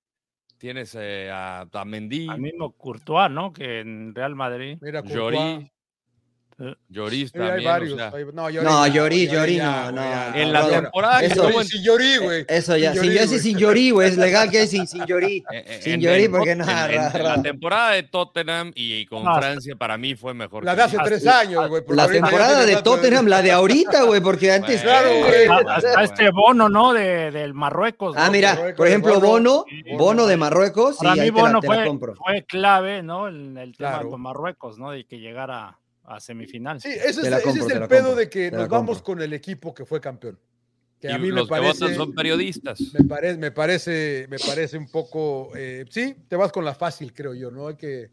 Speaker 4: Tienes eh, a, a Mendy,
Speaker 1: Al mismo Courtois, ¿no? Que en Real Madrid.
Speaker 2: Mira, Courtois.
Speaker 4: Lloris.
Speaker 2: Sí,
Speaker 4: Lloris
Speaker 2: hay
Speaker 4: también. o
Speaker 2: varios.
Speaker 4: sea,
Speaker 2: hay- no,
Speaker 3: No, Lloris,
Speaker 2: Lloris,
Speaker 3: Lloris,
Speaker 2: ya,
Speaker 3: no, no.
Speaker 2: ya.
Speaker 4: en la
Speaker 3: no, no.
Speaker 4: temporada que
Speaker 3: eso-
Speaker 4: estuvo en-
Speaker 2: Lloris, sin Lloris, güey.
Speaker 3: eh, Eso ya,
Speaker 2: Sin
Speaker 3: sin,
Speaker 2: llorí,
Speaker 3: yo, sí,
Speaker 2: güey.
Speaker 3: sin llorí, güey, es legal que hay sin, sin llorí.
Speaker 4: eh,
Speaker 3: Sin
Speaker 4: en-
Speaker 3: Lloris,
Speaker 4: en
Speaker 3: porque
Speaker 4: Tot-
Speaker 3: no,
Speaker 4: en- en-
Speaker 3: ra,
Speaker 4: en
Speaker 3: ra.
Speaker 4: la temporada de Tottenham y, y con
Speaker 1: Ah,
Speaker 4: Francia, para mí fue mejor.
Speaker 2: La
Speaker 4: que
Speaker 2: de hace
Speaker 4: Liverpool.
Speaker 2: tres años, güey. porque
Speaker 3: ah, La
Speaker 2: ahorita ya
Speaker 3: temporada
Speaker 2: tiene
Speaker 3: de
Speaker 2: rato
Speaker 3: Tottenham, la de ahorita, güey, porque antes...
Speaker 2: Claro, güey.
Speaker 1: Ah,
Speaker 4: Bueno,
Speaker 1: Hasta
Speaker 4: bueno.
Speaker 1: este bono, ¿no? De, del Marruecos.
Speaker 3: Ah,
Speaker 1: ¿no?
Speaker 3: mira,
Speaker 2: Marruecos,
Speaker 3: por ejemplo,
Speaker 2: de Bono.
Speaker 3: Bono,
Speaker 1: Bono,
Speaker 3: Bono de
Speaker 2: Bono.
Speaker 3: Marruecos, sí,
Speaker 1: Para mí
Speaker 3: ahí te la,
Speaker 1: Bono
Speaker 3: te la
Speaker 1: fue,
Speaker 3: compro.
Speaker 1: fue clave, ¿no? En el tema
Speaker 2: Claro.
Speaker 1: con Marruecos, ¿no? De que llegara a semifinal.
Speaker 2: Sí, ese es,
Speaker 3: Te la
Speaker 2: ese
Speaker 3: compro,
Speaker 2: es
Speaker 3: te
Speaker 2: el
Speaker 3: la
Speaker 2: pedo
Speaker 3: compro,
Speaker 2: de que
Speaker 3: te
Speaker 2: nos
Speaker 3: la
Speaker 2: vamos
Speaker 3: compro.
Speaker 2: con el equipo que fue campeón. Que
Speaker 4: Y
Speaker 2: a mí me
Speaker 4: los que
Speaker 2: parece,
Speaker 4: votan son periodistas.
Speaker 2: me parece, me parece, me parece un poco, eh, sí, te vas con la fácil, creo yo, ¿no? Hay que,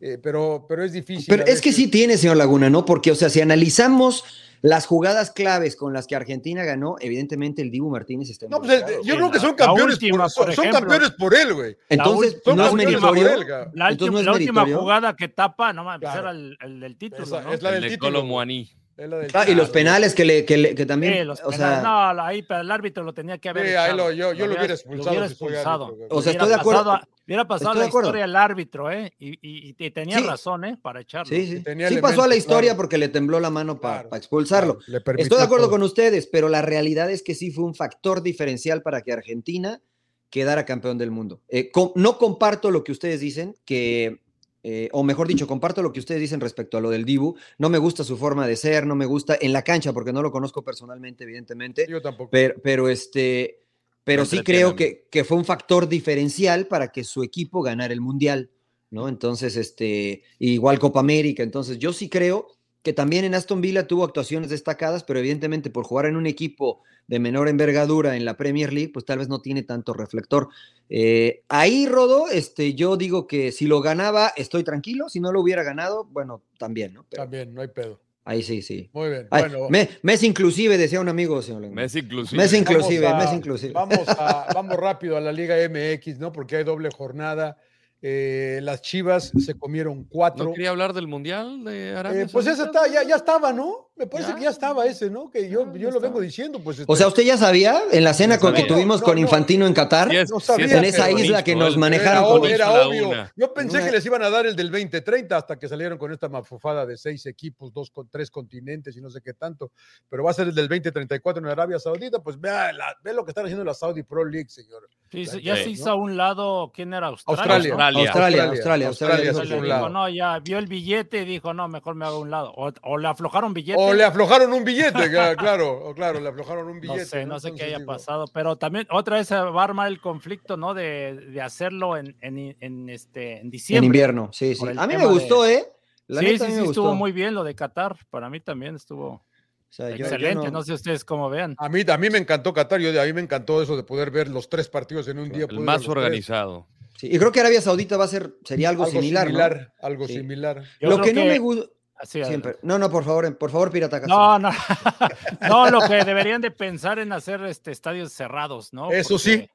Speaker 2: eh, pero, pero es difícil.
Speaker 3: Pero
Speaker 2: a
Speaker 3: es que
Speaker 2: veces.
Speaker 3: sí tiene, señor Laguna, ¿no? Porque, o sea, si analizamos las jugadas claves con las que Argentina ganó, evidentemente el Dibu Martínez está
Speaker 2: No, pues, el-
Speaker 3: involucrado.
Speaker 2: yo
Speaker 1: Sí,
Speaker 2: creo que
Speaker 1: la-
Speaker 2: son
Speaker 1: la
Speaker 2: campeones,
Speaker 1: última,
Speaker 2: por, son-
Speaker 1: por
Speaker 2: son
Speaker 1: ejemplo.
Speaker 2: campeones por él, güey.
Speaker 3: Entonces,
Speaker 2: Son
Speaker 3: ¿no es
Speaker 2: campeones
Speaker 1: última
Speaker 2: por
Speaker 3: meritorio?
Speaker 2: él, cabrón.
Speaker 1: La, última-
Speaker 3: Entonces, ¿no es
Speaker 1: la última
Speaker 3: meritorio?
Speaker 1: jugada que tapa, no mames,
Speaker 2: Claro.
Speaker 1: era el, el del título,
Speaker 2: Esa-
Speaker 1: ¿no?
Speaker 2: es la
Speaker 4: El
Speaker 2: del
Speaker 4: de
Speaker 2: título,
Speaker 4: Colo
Speaker 2: güey.
Speaker 4: Muaní.
Speaker 2: Es la del
Speaker 3: Ah, y
Speaker 2: título.
Speaker 3: los penales que, le, que, le- que también,
Speaker 1: Sí, los
Speaker 3: o
Speaker 1: penales.
Speaker 3: sea,
Speaker 1: no, la- ahí pero el árbitro lo tenía que haber
Speaker 2: Sí, ahí
Speaker 1: echado.
Speaker 2: lo- yo, yo lo hubiera
Speaker 1: hubieras-
Speaker 2: expulsado.
Speaker 1: hubiera
Speaker 2: si soy
Speaker 1: expulsado.
Speaker 2: árbitro, güey.
Speaker 3: O sea,
Speaker 1: Hubiera
Speaker 3: estoy de acuerdo.
Speaker 1: pasado a- hubiera pasado
Speaker 3: Estoy de
Speaker 1: la
Speaker 3: acuerdo.
Speaker 1: historia al árbitero, ¿eh? Y, y- y- y tenía
Speaker 3: Sí.
Speaker 1: razón, ¿eh? Para echarlo.
Speaker 3: sí, sí.
Speaker 2: tenía
Speaker 3: Sí
Speaker 2: elementos,
Speaker 3: pasó a la historia
Speaker 2: claro.
Speaker 3: porque le tembló la mano para
Speaker 2: Claro.
Speaker 3: expulsarlo.
Speaker 2: Ah, Le permitió
Speaker 3: Estoy de acuerdo
Speaker 2: todo.
Speaker 3: con ustedes, pero la realidad es que sí fue un factor diferencial para que Argentina quedara campeón del mundo. Eh, com- no comparto lo que ustedes dicen, que, eh, o mejor dicho, comparto lo que ustedes dicen respecto a lo del Dibu. No me gusta su forma de ser, no me gusta en la cancha, porque no lo conozco personalmente, evidentemente.
Speaker 2: Yo tampoco.
Speaker 3: Pero, pero este, pero sí creo que, que fue un factor diferencial para que su equipo ganara el mundial, ¿no? Entonces, este, igual Copa América. Entonces, yo sí creo que también en Aston Villa tuvo actuaciones destacadas, pero evidentemente por jugar en un equipo de menor envergadura en la Premier League, pues tal vez no tiene tanto reflector. Eh, ahí, Rodo, este, yo digo que si lo ganaba, estoy tranquilo. Si no lo hubiera ganado, bueno, también, ¿no? Pero
Speaker 2: También, no hay pedo.
Speaker 3: ahí sí, sí.
Speaker 2: Muy bien.
Speaker 3: Ay,
Speaker 2: bueno,
Speaker 3: Me- Messi inclusive, decía un amigo, señor Laguna.
Speaker 4: Messi inclusive.
Speaker 3: Messi inclusive,
Speaker 2: Vamos a-
Speaker 3: Messi inclusive.
Speaker 2: Vamos, a- vamos rápido a la Liga MX, ¿no? Porque hay doble jornada. Eh, las Chivas se comieron cuatro.
Speaker 4: ¿No quería hablar del Mundial de Arabia
Speaker 2: Eh, pues ese
Speaker 4: Saudita?
Speaker 2: está, ya, ya estaba, ¿no? Me parece
Speaker 4: Ya. Ah,
Speaker 2: que ya estaba ese, ¿no? Que yo,
Speaker 4: Ya, ya
Speaker 2: yo lo vengo
Speaker 4: estaba.
Speaker 2: diciendo, pues.
Speaker 3: O sea, ¿usted ya sabía en la cena con que
Speaker 4: sabía.
Speaker 3: tuvimos
Speaker 2: No,
Speaker 3: con
Speaker 2: no.
Speaker 3: Infantino en Qatar?
Speaker 4: Sí es-
Speaker 2: No
Speaker 4: sí es
Speaker 2: sabía,
Speaker 4: el
Speaker 2: En esa
Speaker 4: peronismo,
Speaker 3: isla que nos
Speaker 4: el-
Speaker 2: era,
Speaker 3: manejaron
Speaker 2: ob-
Speaker 3: con
Speaker 4: peronismo
Speaker 2: era
Speaker 4: a la
Speaker 2: obvio.
Speaker 4: una.
Speaker 2: Yo pensé
Speaker 3: Una-
Speaker 2: que les iban a dar el del 2030 hasta que salieron con esta mafufada de seis equipos, dos con tres continentes y no sé qué tanto. Pero va a ser el del 2034 en Arabia Saudita. Pues vea, la- ve lo que están haciendo la Saudi Pro League, señor.
Speaker 1: Sí, se-
Speaker 2: Sí,
Speaker 1: ya se
Speaker 4: ¿no?
Speaker 1: hizo a un lado, ¿quién era? Australia.
Speaker 2: Australia.
Speaker 1: ¿no?
Speaker 4: Australia.
Speaker 3: Australia, Australia, Australia
Speaker 2: Australia,
Speaker 1: Entonces
Speaker 2: es un
Speaker 1: le dijo,
Speaker 2: lado.
Speaker 1: no, ya vio el billete y dijo, no, mejor me hago a un lado. O, o le aflojaron billete.
Speaker 3: este-
Speaker 2: O le aflojaron un billete, ca- claro, o claro, le aflojaron un billete.
Speaker 1: no sé, no sé qué
Speaker 2: Entonces,
Speaker 1: haya
Speaker 2: digo,
Speaker 1: pasado, pero también otra vez se va a armar el conflicto, ¿no? De, de hacerlo en, en, en este, en
Speaker 3: en
Speaker 1: diciembre.
Speaker 3: invierno, sí, sí.
Speaker 1: Por el
Speaker 3: A mí me
Speaker 1: tema de-
Speaker 3: gustó, ¿eh? La
Speaker 1: sí,
Speaker 3: neta, a
Speaker 1: sí,
Speaker 3: mí
Speaker 1: sí,
Speaker 3: me
Speaker 1: estuvo
Speaker 3: gustó.
Speaker 1: muy bien lo de Qatar. Para mí también estuvo
Speaker 3: O sea, yo- yo
Speaker 1: excelente.
Speaker 3: no-
Speaker 1: no... sé ustedes cómo vean.
Speaker 2: A mí, a mí me encantó Qatar, yo, a mí me encantó eso de poder ver los tres partidos en un día.
Speaker 4: El
Speaker 2: poder
Speaker 4: más
Speaker 2: ver los tres.
Speaker 4: organizado.
Speaker 3: sí, Y creo que Arabia Saudita va a ser, sería algo,
Speaker 2: Algo similar,
Speaker 3: similar, ¿no?
Speaker 2: algo
Speaker 3: Sí.
Speaker 2: similar.
Speaker 1: Yo
Speaker 3: Lo
Speaker 1: creo
Speaker 3: que, no me gusta
Speaker 1: Ah, sí, adelante.
Speaker 3: siempre. No, no, por favor, por favor, pirata Castro.
Speaker 1: No, no. no, lo que deberían de pensar en hacer este estadios cerrados, ¿no?
Speaker 2: Eso sí,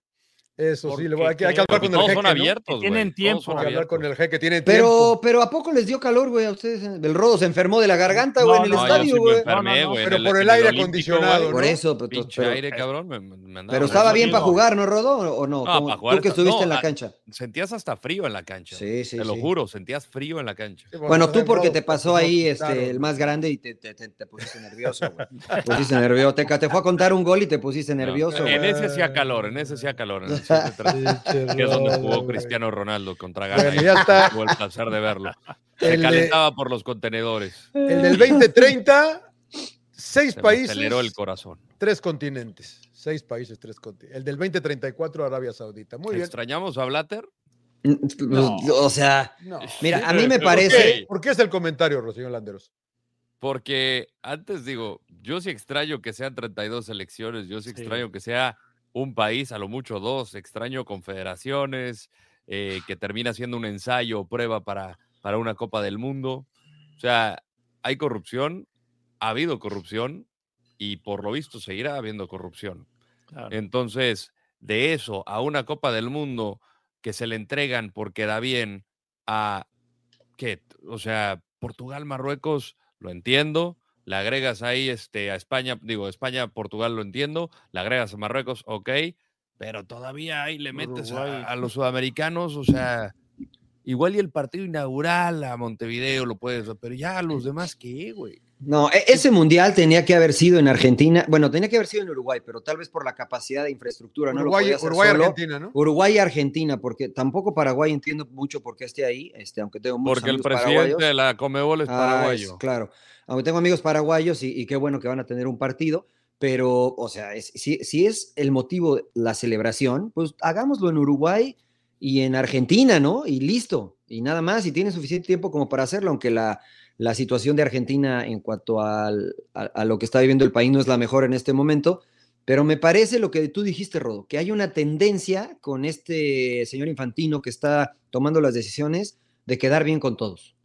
Speaker 2: Eso sí,
Speaker 1: Porque
Speaker 2: le voy- hay que, hay que
Speaker 1: que-
Speaker 2: hablar
Speaker 4: Porque
Speaker 2: con el
Speaker 4: todos
Speaker 2: jeque.
Speaker 4: son
Speaker 2: ¿no?
Speaker 4: abiertos.
Speaker 1: Que tienen
Speaker 4: güey, todos
Speaker 1: tiempo.
Speaker 4: son
Speaker 2: Hay que hablar
Speaker 4: abiertos.
Speaker 2: con el jeque, tiene tiempo.
Speaker 3: Pero, pero ¿a poco les dio calor, güey, a ustedes? El rodo se enfermó de la garganta, güey,
Speaker 1: No,
Speaker 3: en
Speaker 1: no,
Speaker 3: el
Speaker 4: yo
Speaker 3: estadio,
Speaker 4: sí me
Speaker 3: güey.
Speaker 1: enfermé, No, no,
Speaker 4: enfermé,
Speaker 1: no.
Speaker 4: güey. en
Speaker 2: Pero
Speaker 4: el-
Speaker 2: por
Speaker 4: en
Speaker 2: el aire
Speaker 4: Olímpico,
Speaker 2: acondicionado,
Speaker 4: güey.
Speaker 3: Por
Speaker 2: ¿no?
Speaker 3: eso, pero,
Speaker 4: Pinche
Speaker 3: pero-
Speaker 4: aire, cabrón. me- me- me
Speaker 3: pero
Speaker 4: andaba
Speaker 3: estaba bien
Speaker 4: muriendo.
Speaker 3: para jugar, ¿no, Rodo? ¿O no?
Speaker 4: No,
Speaker 3: ¿Cómo-
Speaker 4: para jugar
Speaker 3: Tú que
Speaker 4: está-
Speaker 3: estuviste
Speaker 4: no,
Speaker 3: en la
Speaker 4: a-
Speaker 3: cancha.
Speaker 4: Sentías hasta frío en la cancha.
Speaker 3: Sí, sí,
Speaker 4: Te lo
Speaker 3: sí.
Speaker 4: juro, sentías frío en la cancha.
Speaker 2: Sí,
Speaker 3: Bueno,
Speaker 2: pues,
Speaker 3: tú porque
Speaker 2: no,
Speaker 3: te pasó
Speaker 2: no,
Speaker 3: ahí
Speaker 2: claro.
Speaker 3: este, el más grande y te, te, te- te pusiste nervioso, güey. Te pusiste nervioso. Te, ca- te fue a contar un gol y te pusiste
Speaker 4: No,
Speaker 3: nervioso.
Speaker 4: En
Speaker 3: güey.
Speaker 4: ese hacía calor, en ese hacía calor. En el 7-3, que es donde jugó Cristiano Ronaldo contra Gana.
Speaker 2: Bueno, ya está.
Speaker 4: Tuve el placer de verlo. Se
Speaker 2: El, de-
Speaker 4: calentaba por los contenedores.
Speaker 2: el del 2030, seis
Speaker 4: Se me
Speaker 2: países.
Speaker 4: aceleró el corazón.
Speaker 2: Tres continentes, seis países, tres continentes. El del 2034, Arabia Saudita. Muy bien.
Speaker 4: ¿Extrañamos a Blatter?
Speaker 3: Pues,
Speaker 1: No.
Speaker 3: O sea,
Speaker 2: No.
Speaker 3: mira, a mí me
Speaker 4: Pero,
Speaker 3: parece.
Speaker 4: ok,
Speaker 2: ¿Por qué es el comentario, Rocío Landeros?
Speaker 4: Porque antes digo, yo sí extraño que sean 32 elecciones, yo sí
Speaker 1: Sí.
Speaker 4: extraño que sea un país, a lo mucho dos, extraño confederaciones, eh, que termina siendo un ensayo o prueba para, para una Copa del Mundo. O sea, hay corrupción, ha habido corrupción y por lo visto seguirá habiendo corrupción.
Speaker 1: claro.
Speaker 4: Entonces, de eso a una Copa del Mundo que se le entregan porque da bien a que, o sea, Portugal, Marruecos, lo entiendo. Le agregas ahí este, a España, digo, España, Portugal, lo entiendo. Le agregas a Marruecos, ok. pero todavía ahí le metes
Speaker 1: Uruguay.
Speaker 4: a, a los sudamericanos, o sea, igual y el partido inaugural a Montevideo lo puedes, pero ya a los demás, ¿qué, güey?
Speaker 3: No, e- ese mundial tenía que haber sido en Argentina, bueno, tenía que haber sido en Uruguay, pero tal vez por la capacidad de infraestructura, no lo
Speaker 2: Uruguay,
Speaker 3: podía hacer
Speaker 2: Uruguay,
Speaker 3: solo.
Speaker 2: Argentina, ¿no?
Speaker 3: Uruguay y Argentina, porque tampoco Paraguay entiendo mucho por qué esté ahí, este, aunque tengo muchos
Speaker 4: Porque el
Speaker 3: amigos
Speaker 4: presidente
Speaker 3: paraguayos.
Speaker 4: de la Comebol es
Speaker 3: Ah, es-
Speaker 4: paraguayo.
Speaker 3: claro, aunque tengo amigos paraguayos y, y qué bueno que van a tener un partido, pero, o sea, es- si, si es el motivo la celebración, pues hagámoslo en Uruguay y en Argentina, ¿no? Y listo, y nada más, y tiene suficiente tiempo como para hacerlo, aunque la, la situación de Argentina en cuanto al- a, a lo que está viviendo el país no es la mejor en este momento. Pero me parece lo que tú dijiste, Rodo, que hay una tendencia con este señor infantino que está tomando las decisiones de quedar bien con todos,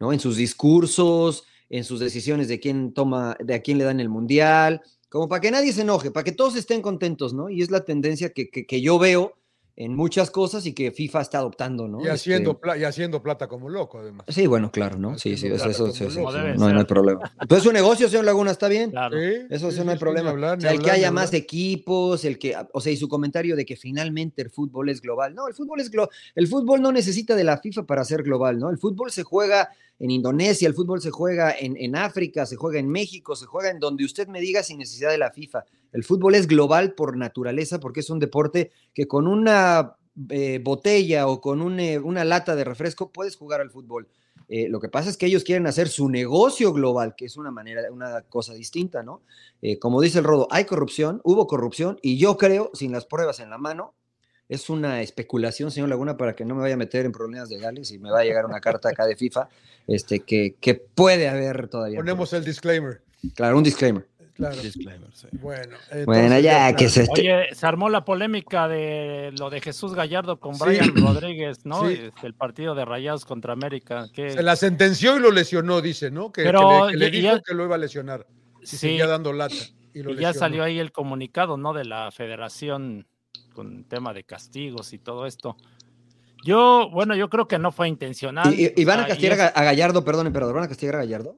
Speaker 3: ¿no? En sus discursos, en sus decisiones de quién toma, de a quién le dan el mundial, como para que nadie se enoje, para que todos estén contentos, ¿no? Y es la tendencia que, que- que yo veo en muchas cosas y que FIFA está adoptando, ¿no?
Speaker 2: Y haciendo,
Speaker 3: Este,
Speaker 2: pla- y haciendo plata como loco, además.
Speaker 3: Sí, bueno, claro, ¿no? Sí, sí,
Speaker 2: Haciendo
Speaker 3: eso,
Speaker 2: plata
Speaker 3: eso,
Speaker 2: como
Speaker 3: sí, sí,
Speaker 2: loco.
Speaker 3: sí,
Speaker 1: Debe
Speaker 3: no, no hay
Speaker 1: ser.
Speaker 3: problema. Pues es un negocio, señor Laguna, está bien.
Speaker 1: Claro.
Speaker 2: Sí,
Speaker 3: Eso sí,
Speaker 2: sí,
Speaker 3: no hay
Speaker 2: sí,
Speaker 3: problema.
Speaker 2: ni hablar,
Speaker 3: o
Speaker 2: ni
Speaker 3: sea, el que
Speaker 2: hablar, ni
Speaker 3: haya
Speaker 2: hablar.
Speaker 3: más equipos, el que, o sea, y su comentario de que finalmente el fútbol es global. No, el fútbol es glo- el fútbol no necesita de la FIFA para ser global, ¿no? El fútbol se juega en Indonesia, el fútbol se juega en, en África, se juega en México, se juega en donde usted me diga sin necesidad de la FIFA. El fútbol es global por naturaleza porque es un deporte que con una eh, botella o con un, eh, una lata de refresco puedes jugar al fútbol. Eh, lo que pasa es que ellos quieren hacer su negocio global, que es una manera, una cosa distinta, ¿no? Eh, como dice el Rodo, hay corrupción, hubo corrupción, y yo creo, sin las pruebas en la mano, es una especulación, señor Laguna, para que no me vaya a meter en problemas legales y me va a llegar una carta acá de FIFA, este, que, que puede haber todavía.
Speaker 2: Ponemos el disclaimer.
Speaker 3: Claro, un disclaimer.
Speaker 2: Claro.
Speaker 4: Disclaimer, sí.
Speaker 2: Bueno,
Speaker 3: Bueno,
Speaker 2: entonces,
Speaker 3: ya que
Speaker 2: claro.
Speaker 3: se... esté-
Speaker 1: Oye, se armó la polémica de lo de Jesús Gallardo con
Speaker 2: Sí.
Speaker 1: Brian Rodríguez, ¿no?
Speaker 2: Sí.
Speaker 1: Este, el partido de Rayados contra América. que-
Speaker 2: Se la sentenció y lo lesionó, dice, ¿no? Que, que
Speaker 1: Pero
Speaker 2: le, que le
Speaker 1: ya-
Speaker 2: dijo
Speaker 1: ya-
Speaker 2: que lo iba a lesionar. Y
Speaker 1: sí,
Speaker 2: seguía dando lata. Y, lo
Speaker 1: y ya
Speaker 2: lesionó.
Speaker 1: salió ahí el comunicado, ¿no? De la federación con tema de castigos y todo esto. Yo, bueno, yo creo que no fue intencional.
Speaker 3: ¿Y, y- y van
Speaker 1: Ah,
Speaker 3: a
Speaker 1: y
Speaker 3: castigar a
Speaker 1: es-
Speaker 3: Ga- a Gallardo, perdón, pero ¿van a castigar a Gallardo?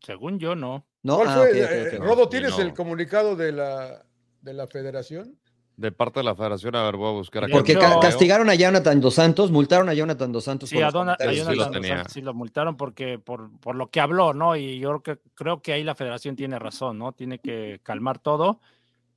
Speaker 1: Según yo, no.
Speaker 3: No,
Speaker 2: ¿Cuál
Speaker 3: Ah,
Speaker 2: fue?
Speaker 3: ok, ok,
Speaker 2: Eh,
Speaker 3: ok.
Speaker 2: Rodo, ¿tienes
Speaker 4: No.
Speaker 2: el comunicado de la, de la federación?
Speaker 4: De parte de la federación, a ver, voy a buscar aquí.
Speaker 3: Porque
Speaker 1: Yo-
Speaker 3: ca-
Speaker 1: Pero-
Speaker 3: castigaron a Jonathan Dos Santos, multaron a Jonathan Dos Santos.
Speaker 1: Sí,
Speaker 3: Pues por
Speaker 1: a,
Speaker 3: los
Speaker 1: Dona- a
Speaker 3: comentarios.
Speaker 4: Sí, lo
Speaker 1: Jonathan
Speaker 4: tenía.
Speaker 1: Dos Santos sí lo multaron porque por, por lo que habló, ¿no? Y yo creo que, creo que ahí la federación tiene razón, ¿no? Tiene que calmar todo.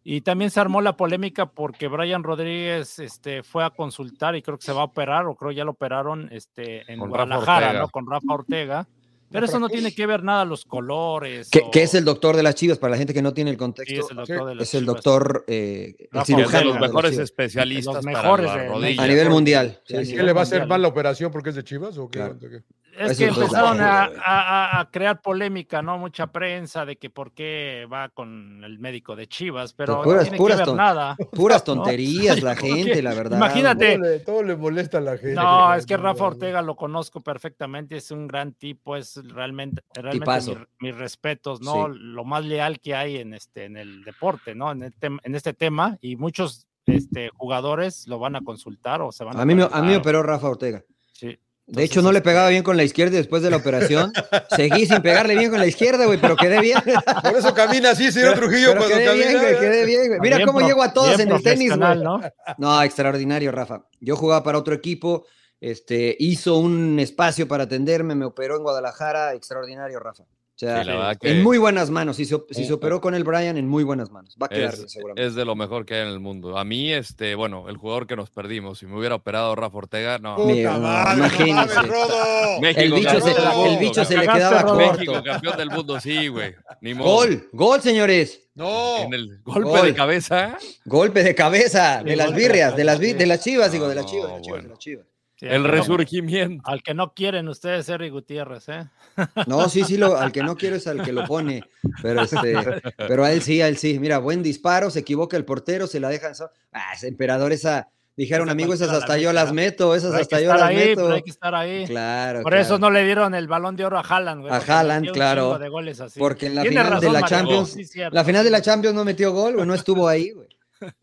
Speaker 1: Y también se armó la polémica porque Brian Rodríguez este, fue a consultar y creo que se va a operar, o creo ya lo operaron este, en
Speaker 4: Con Rafa
Speaker 1: Guadalajara,
Speaker 4: Ortega.
Speaker 1: ¿no? Con Rafa Ortega. Pero eso no tiene que ver nada los colores.
Speaker 3: Que,
Speaker 1: o-
Speaker 3: que es el doctor de las chivas, para la gente que no tiene el
Speaker 1: Sí,
Speaker 3: contexto.
Speaker 1: es el doctor. de las
Speaker 3: es el
Speaker 1: Chivas.
Speaker 3: doctor, eh, el
Speaker 1: Rafa
Speaker 4: Que es de
Speaker 3: cirujano.
Speaker 4: los
Speaker 3: de
Speaker 1: Ortega.
Speaker 3: las
Speaker 4: mejores
Speaker 3: Chivas.
Speaker 4: especialistas
Speaker 1: De los
Speaker 4: para
Speaker 1: mejores
Speaker 4: la
Speaker 1: de-
Speaker 4: rodilla.
Speaker 3: a nivel mundial. sí,
Speaker 1: Sí,
Speaker 3: sí.
Speaker 2: ¿Qué le va a hacer
Speaker 1: mundial.
Speaker 2: mal la operación porque es de Chivas o qué?
Speaker 3: Claro.
Speaker 2: ¿O qué?
Speaker 1: Es
Speaker 3: Eso
Speaker 1: que
Speaker 3: es verdad.
Speaker 1: empezaron a, a- a- a crear polémica, ¿no? Mucha prensa de que por qué va con el médico de Chivas, pero
Speaker 3: Pues puras-
Speaker 1: no tiene
Speaker 3: puras
Speaker 1: que ver
Speaker 3: ton-
Speaker 1: nada.
Speaker 3: Puras tonterías la
Speaker 1: Porque
Speaker 3: gente, la verdad.
Speaker 1: imagínate,
Speaker 2: Todo le, todo le molesta a la gente.
Speaker 1: No, es que Rafa Ortega lo conozco perfectamente, es un gran tipo, es realmente, realmente
Speaker 3: Tipazo.
Speaker 1: mi- mis respetos, ¿no? Lo más leal que hay en este, en el deporte, ¿no? En, el tem- en este tema, y muchos este, jugadores lo van a consultar o se van a.
Speaker 3: A mí, me, a mí me
Speaker 1: preguntar.
Speaker 3: operó Rafa Ortega.
Speaker 1: Sí.
Speaker 3: De hecho, no le pegaba bien con la izquierda y después de la operación. Seguí sin pegarle bien con la izquierda, güey, pero quedé bien.
Speaker 2: Por eso camina así, señor Trujillo,
Speaker 3: Pero
Speaker 2: cuando
Speaker 3: quedé bien,
Speaker 2: camina.
Speaker 3: güey, quedé bien, güey. Mira
Speaker 1: Bien
Speaker 3: cómo
Speaker 1: pro-
Speaker 3: llego a todos
Speaker 1: bien
Speaker 3: en el tenis, güey.
Speaker 1: profesional, ¿no?
Speaker 3: No, extraordinario, Rafa. Yo jugaba para otro equipo, este, hizo un espacio para atenderme, me operó en Guadalajara, extraordinario, Rafa. O sea,
Speaker 4: Sí, la verdad que
Speaker 3: en muy buenas manos. Si se, si
Speaker 4: Un-
Speaker 3: se operó con el Brian, en muy buenas manos. Va a quedar bien,
Speaker 4: es,
Speaker 3: seguramente.
Speaker 4: es de lo mejor que hay en el mundo. A mí, este, bueno, el jugador que nos perdimos, si me hubiera operado Rafa Ortega, no.
Speaker 3: Mi-
Speaker 2: Puta
Speaker 3: no,
Speaker 2: madre, no
Speaker 3: imagínese.
Speaker 2: mames, Rodo.
Speaker 4: México,
Speaker 3: el bicho,
Speaker 4: campeón
Speaker 3: se,
Speaker 4: del
Speaker 2: la-
Speaker 4: mundo,
Speaker 3: el bicho se
Speaker 1: la
Speaker 3: le
Speaker 1: cagaste,
Speaker 3: quedaba
Speaker 1: Rodo.
Speaker 4: México,
Speaker 3: corto.
Speaker 4: campeón del mundo, sí, güey. Ni modo.
Speaker 3: Gol, gol, señores.
Speaker 2: No.
Speaker 4: En el golpe
Speaker 3: Gol.
Speaker 4: de cabeza.
Speaker 3: Golpe de cabeza de
Speaker 1: Sí,
Speaker 3: las
Speaker 1: golpe de
Speaker 3: birrias, de las,
Speaker 1: cabeza,
Speaker 3: bi- de las chivas, digo, de las
Speaker 4: No,
Speaker 3: chivas, de las chivas, de
Speaker 4: bueno.
Speaker 3: las chivas.
Speaker 1: Sí, al
Speaker 4: El
Speaker 1: que no-
Speaker 4: resurgimiento.
Speaker 1: al que no quieren ustedes, Henry Gutiérrez, ¿eh?
Speaker 3: No, sí, sí, lo, al que no quiero es al que lo pone, pero este, pero a él sí, a él sí. Mira, buen disparo, se equivoca el portero, se la dejan. so- Ah, ese emperador, esa, dijeron,
Speaker 1: Esa
Speaker 3: amigo, esas
Speaker 1: cualquiera la
Speaker 3: hasta yo
Speaker 1: mete,
Speaker 3: las
Speaker 1: ¿no?
Speaker 3: meto, esas
Speaker 1: Pero hay que
Speaker 3: Pues, hasta yo
Speaker 1: estar
Speaker 3: las
Speaker 1: ahí, pero
Speaker 3: meto.
Speaker 1: hay que estar ahí.
Speaker 3: Claro.
Speaker 1: Por eso
Speaker 3: claro.
Speaker 1: no le dieron el balón de oro a Haaland, güey.
Speaker 3: A
Speaker 1: porque metió
Speaker 3: Haaland,
Speaker 1: un
Speaker 3: claro.
Speaker 1: chingo de goles así.
Speaker 3: Porque en la
Speaker 1: Tiene
Speaker 3: final de
Speaker 1: razón,
Speaker 3: la
Speaker 1: Mariano,
Speaker 3: Champions-
Speaker 1: sí, cierto.
Speaker 3: La final de la Champions no metió gol, güey, no estuvo ahí, güey.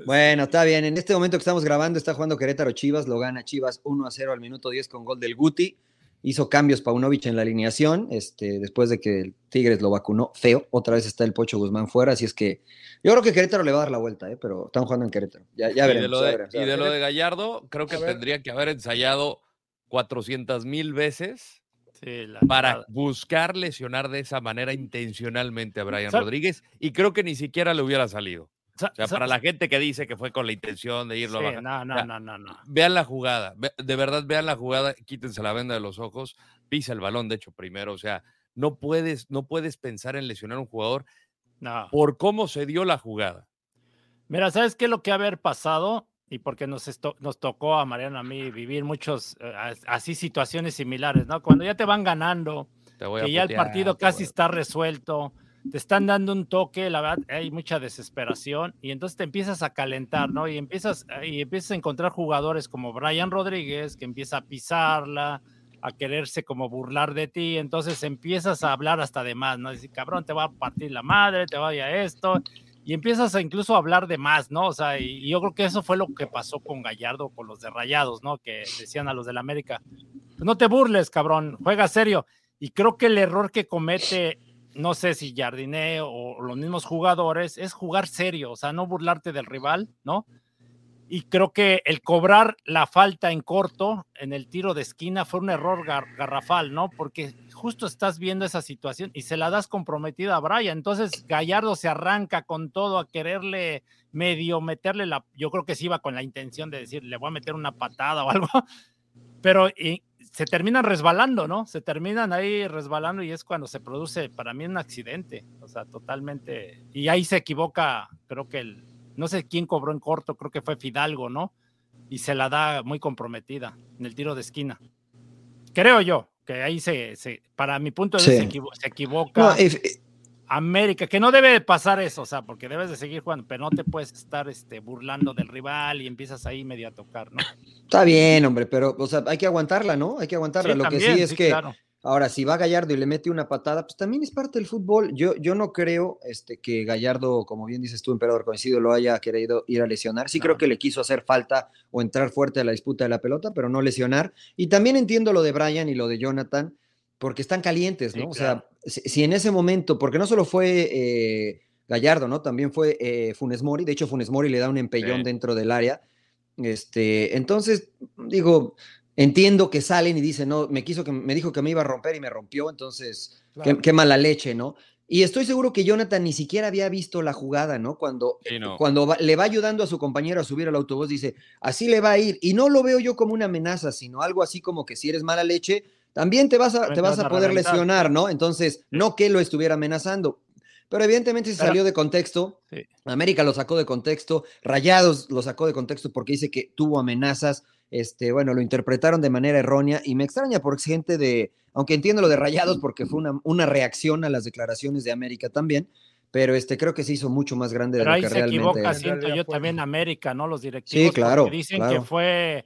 Speaker 3: Bueno, está bien. En este momento que estamos grabando, está jugando Querétaro Chivas, lo gana Chivas 1 a 0 al minuto 10 con gol del Guti. hizo cambios Paunovic en la alineación, este, después de que el Tigres lo vacunó feo, otra vez está el Pocho Guzmán fuera, así es que yo creo que Querétaro le va a dar la vuelta, ¿eh? pero están jugando en Querétaro. Ya, ya
Speaker 4: y
Speaker 3: veremos.
Speaker 4: de lo
Speaker 3: ya
Speaker 4: de,
Speaker 3: veremos,
Speaker 4: y
Speaker 3: ya
Speaker 4: de
Speaker 3: veremos.
Speaker 4: lo de Gallardo, creo que
Speaker 2: A ver.
Speaker 4: tendría que haber ensayado 400 mil veces
Speaker 1: Sí, la
Speaker 4: para
Speaker 1: nada.
Speaker 4: buscar lesionar de esa manera intencionalmente a Brian
Speaker 1: Sa-
Speaker 4: Rodríguez y creo que ni siquiera le hubiera salido.
Speaker 1: Sa-
Speaker 4: O sea,
Speaker 1: sa-
Speaker 4: para la gente que dice que fue con la intención de irlo a
Speaker 1: sí,
Speaker 4: bajar.
Speaker 1: no, no,
Speaker 4: Ya.
Speaker 1: no, no, no.
Speaker 4: Vean la jugada, ve- de verdad vean la jugada, quítense la venda de los ojos, pisa el balón, de hecho, primero, o sea, no puedes, no puedes pensar en lesionar a un jugador
Speaker 1: no.
Speaker 4: por cómo se dio la jugada.
Speaker 1: Mira, ¿sabes qué es lo que haber pasado? Y porque nos, esto- nos tocó a Mariano a mí vivir muchos eh, as- así situaciones similares, ¿no? Cuando ya te van ganando,
Speaker 4: Te voy a
Speaker 1: que ya el
Speaker 4: putear,
Speaker 1: partido
Speaker 4: te
Speaker 1: casi
Speaker 4: voy a-
Speaker 1: está resuelto, te están dando un toque, la verdad, hay mucha desesperación y entonces te empiezas a calentar, ¿no? Y empiezas, y empiezas a encontrar jugadores como Brian Rodríguez, que empieza a pisarla, a quererse como burlar de ti, entonces empiezas a hablar hasta de más, ¿no? Decir, cabrón, te va a partir la madre, te vaya esto, y empiezas a incluso a hablar de más, ¿no? O sea, y, y yo creo que eso fue lo que pasó con Gallardo, con los de Rayados, ¿no? Que decían a los del América, "Pues no te burles, cabrón, juega serio. Y creo que el error que comete, no sé si Jardiné o los mismos jugadores, es jugar serio, o sea, no burlarte del rival, ¿no? Y creo que el cobrar la falta en corto en el tiro de esquina fue un error gar- garrafal, ¿no? Porque justo estás viendo esa situación y se la das comprometida a Brian. Entonces Gallardo se arranca con todo a quererle medio meterle la. Yo creo que sí iba con la intención de decir, le voy a meter una patada o algo, pero y se terminan resbalando, ¿no? Se terminan ahí resbalando y es cuando se produce para mí un accidente, o sea, totalmente. Y ahí se equivoca, creo que el. No sé quién cobró en corto, creo que fue Fidalgo, ¿no? Y se la da muy comprometida en el tiro de esquina. Creo yo que ahí se, se- para mi punto de
Speaker 3: Sí.
Speaker 1: vista, se, equivo- se equivoca.
Speaker 3: No, eh, if-
Speaker 1: América, que no debe de pasar eso, o sea, porque debes de seguir jugando, pero no te puedes estar este, burlando del rival y empiezas ahí medio a tocar, ¿no?
Speaker 3: está bien, hombre, pero o sea, hay que aguantarla, ¿no? Hay que aguantarla.
Speaker 1: Sí,
Speaker 3: lo
Speaker 1: también,
Speaker 3: que sí es que
Speaker 1: claro.
Speaker 3: Ahora, si va Gallardo y le mete una patada, pues también es parte del fútbol. Yo, yo no creo este, que Gallardo, como bien dices tú, emperador coincido, lo haya querido ir a lesionar. Sí
Speaker 1: No.
Speaker 3: creo que le quiso hacer falta o entrar fuerte a la disputa de la pelota, pero no lesionar. Y también entiendo lo de Brian y lo de Jonathan, porque están calientes,
Speaker 1: Sí,
Speaker 3: ¿no?
Speaker 1: claro.
Speaker 3: O sea, si, si en ese momento, porque no solo fue eh, Gallardo, ¿no? También fue eh, Funes Mori. De hecho, Funes Mori le da un empellón
Speaker 4: Sí.
Speaker 3: dentro del área. Este, entonces, digo, entiendo que salen y dicen, no, me quiso que me dijo que me iba a romper y me rompió, entonces,
Speaker 2: Claro.
Speaker 3: qué, qué mala leche, ¿no? Y estoy seguro que Jonathan ni siquiera había visto la jugada, ¿no? Cuando,
Speaker 4: Sí, no.
Speaker 3: cuando va- le va ayudando a su compañero a subir al autobús, dice, así le va a ir. Y no lo veo yo como una amenaza, sino algo así como que si eres mala leche, también te vas a,
Speaker 1: También
Speaker 3: te vas a poder
Speaker 1: reventar.
Speaker 3: lesionar, ¿no? Entonces, no que lo estuviera amenazando. Pero evidentemente se
Speaker 1: Pero-
Speaker 3: salió de contexto.
Speaker 1: Sí.
Speaker 3: América lo sacó de contexto, Rayados lo sacó de contexto porque dice que tuvo amenazas. Este, bueno, lo interpretaron de manera errónea y me extraña porque es gente de, aunque entiendo lo de Rayados porque fue una, una reacción a las declaraciones de América también, pero este creo que se hizo mucho más grande de
Speaker 1: Pero
Speaker 3: lo
Speaker 1: ahí
Speaker 3: que
Speaker 1: se
Speaker 3: realmente
Speaker 1: equivoca,
Speaker 3: es.
Speaker 1: siento
Speaker 2: realidad
Speaker 1: yo
Speaker 2: fue-
Speaker 1: también América, ¿no? Los directivos. porque
Speaker 3: claro,
Speaker 1: Dicen que
Speaker 3: claro.
Speaker 1: fue,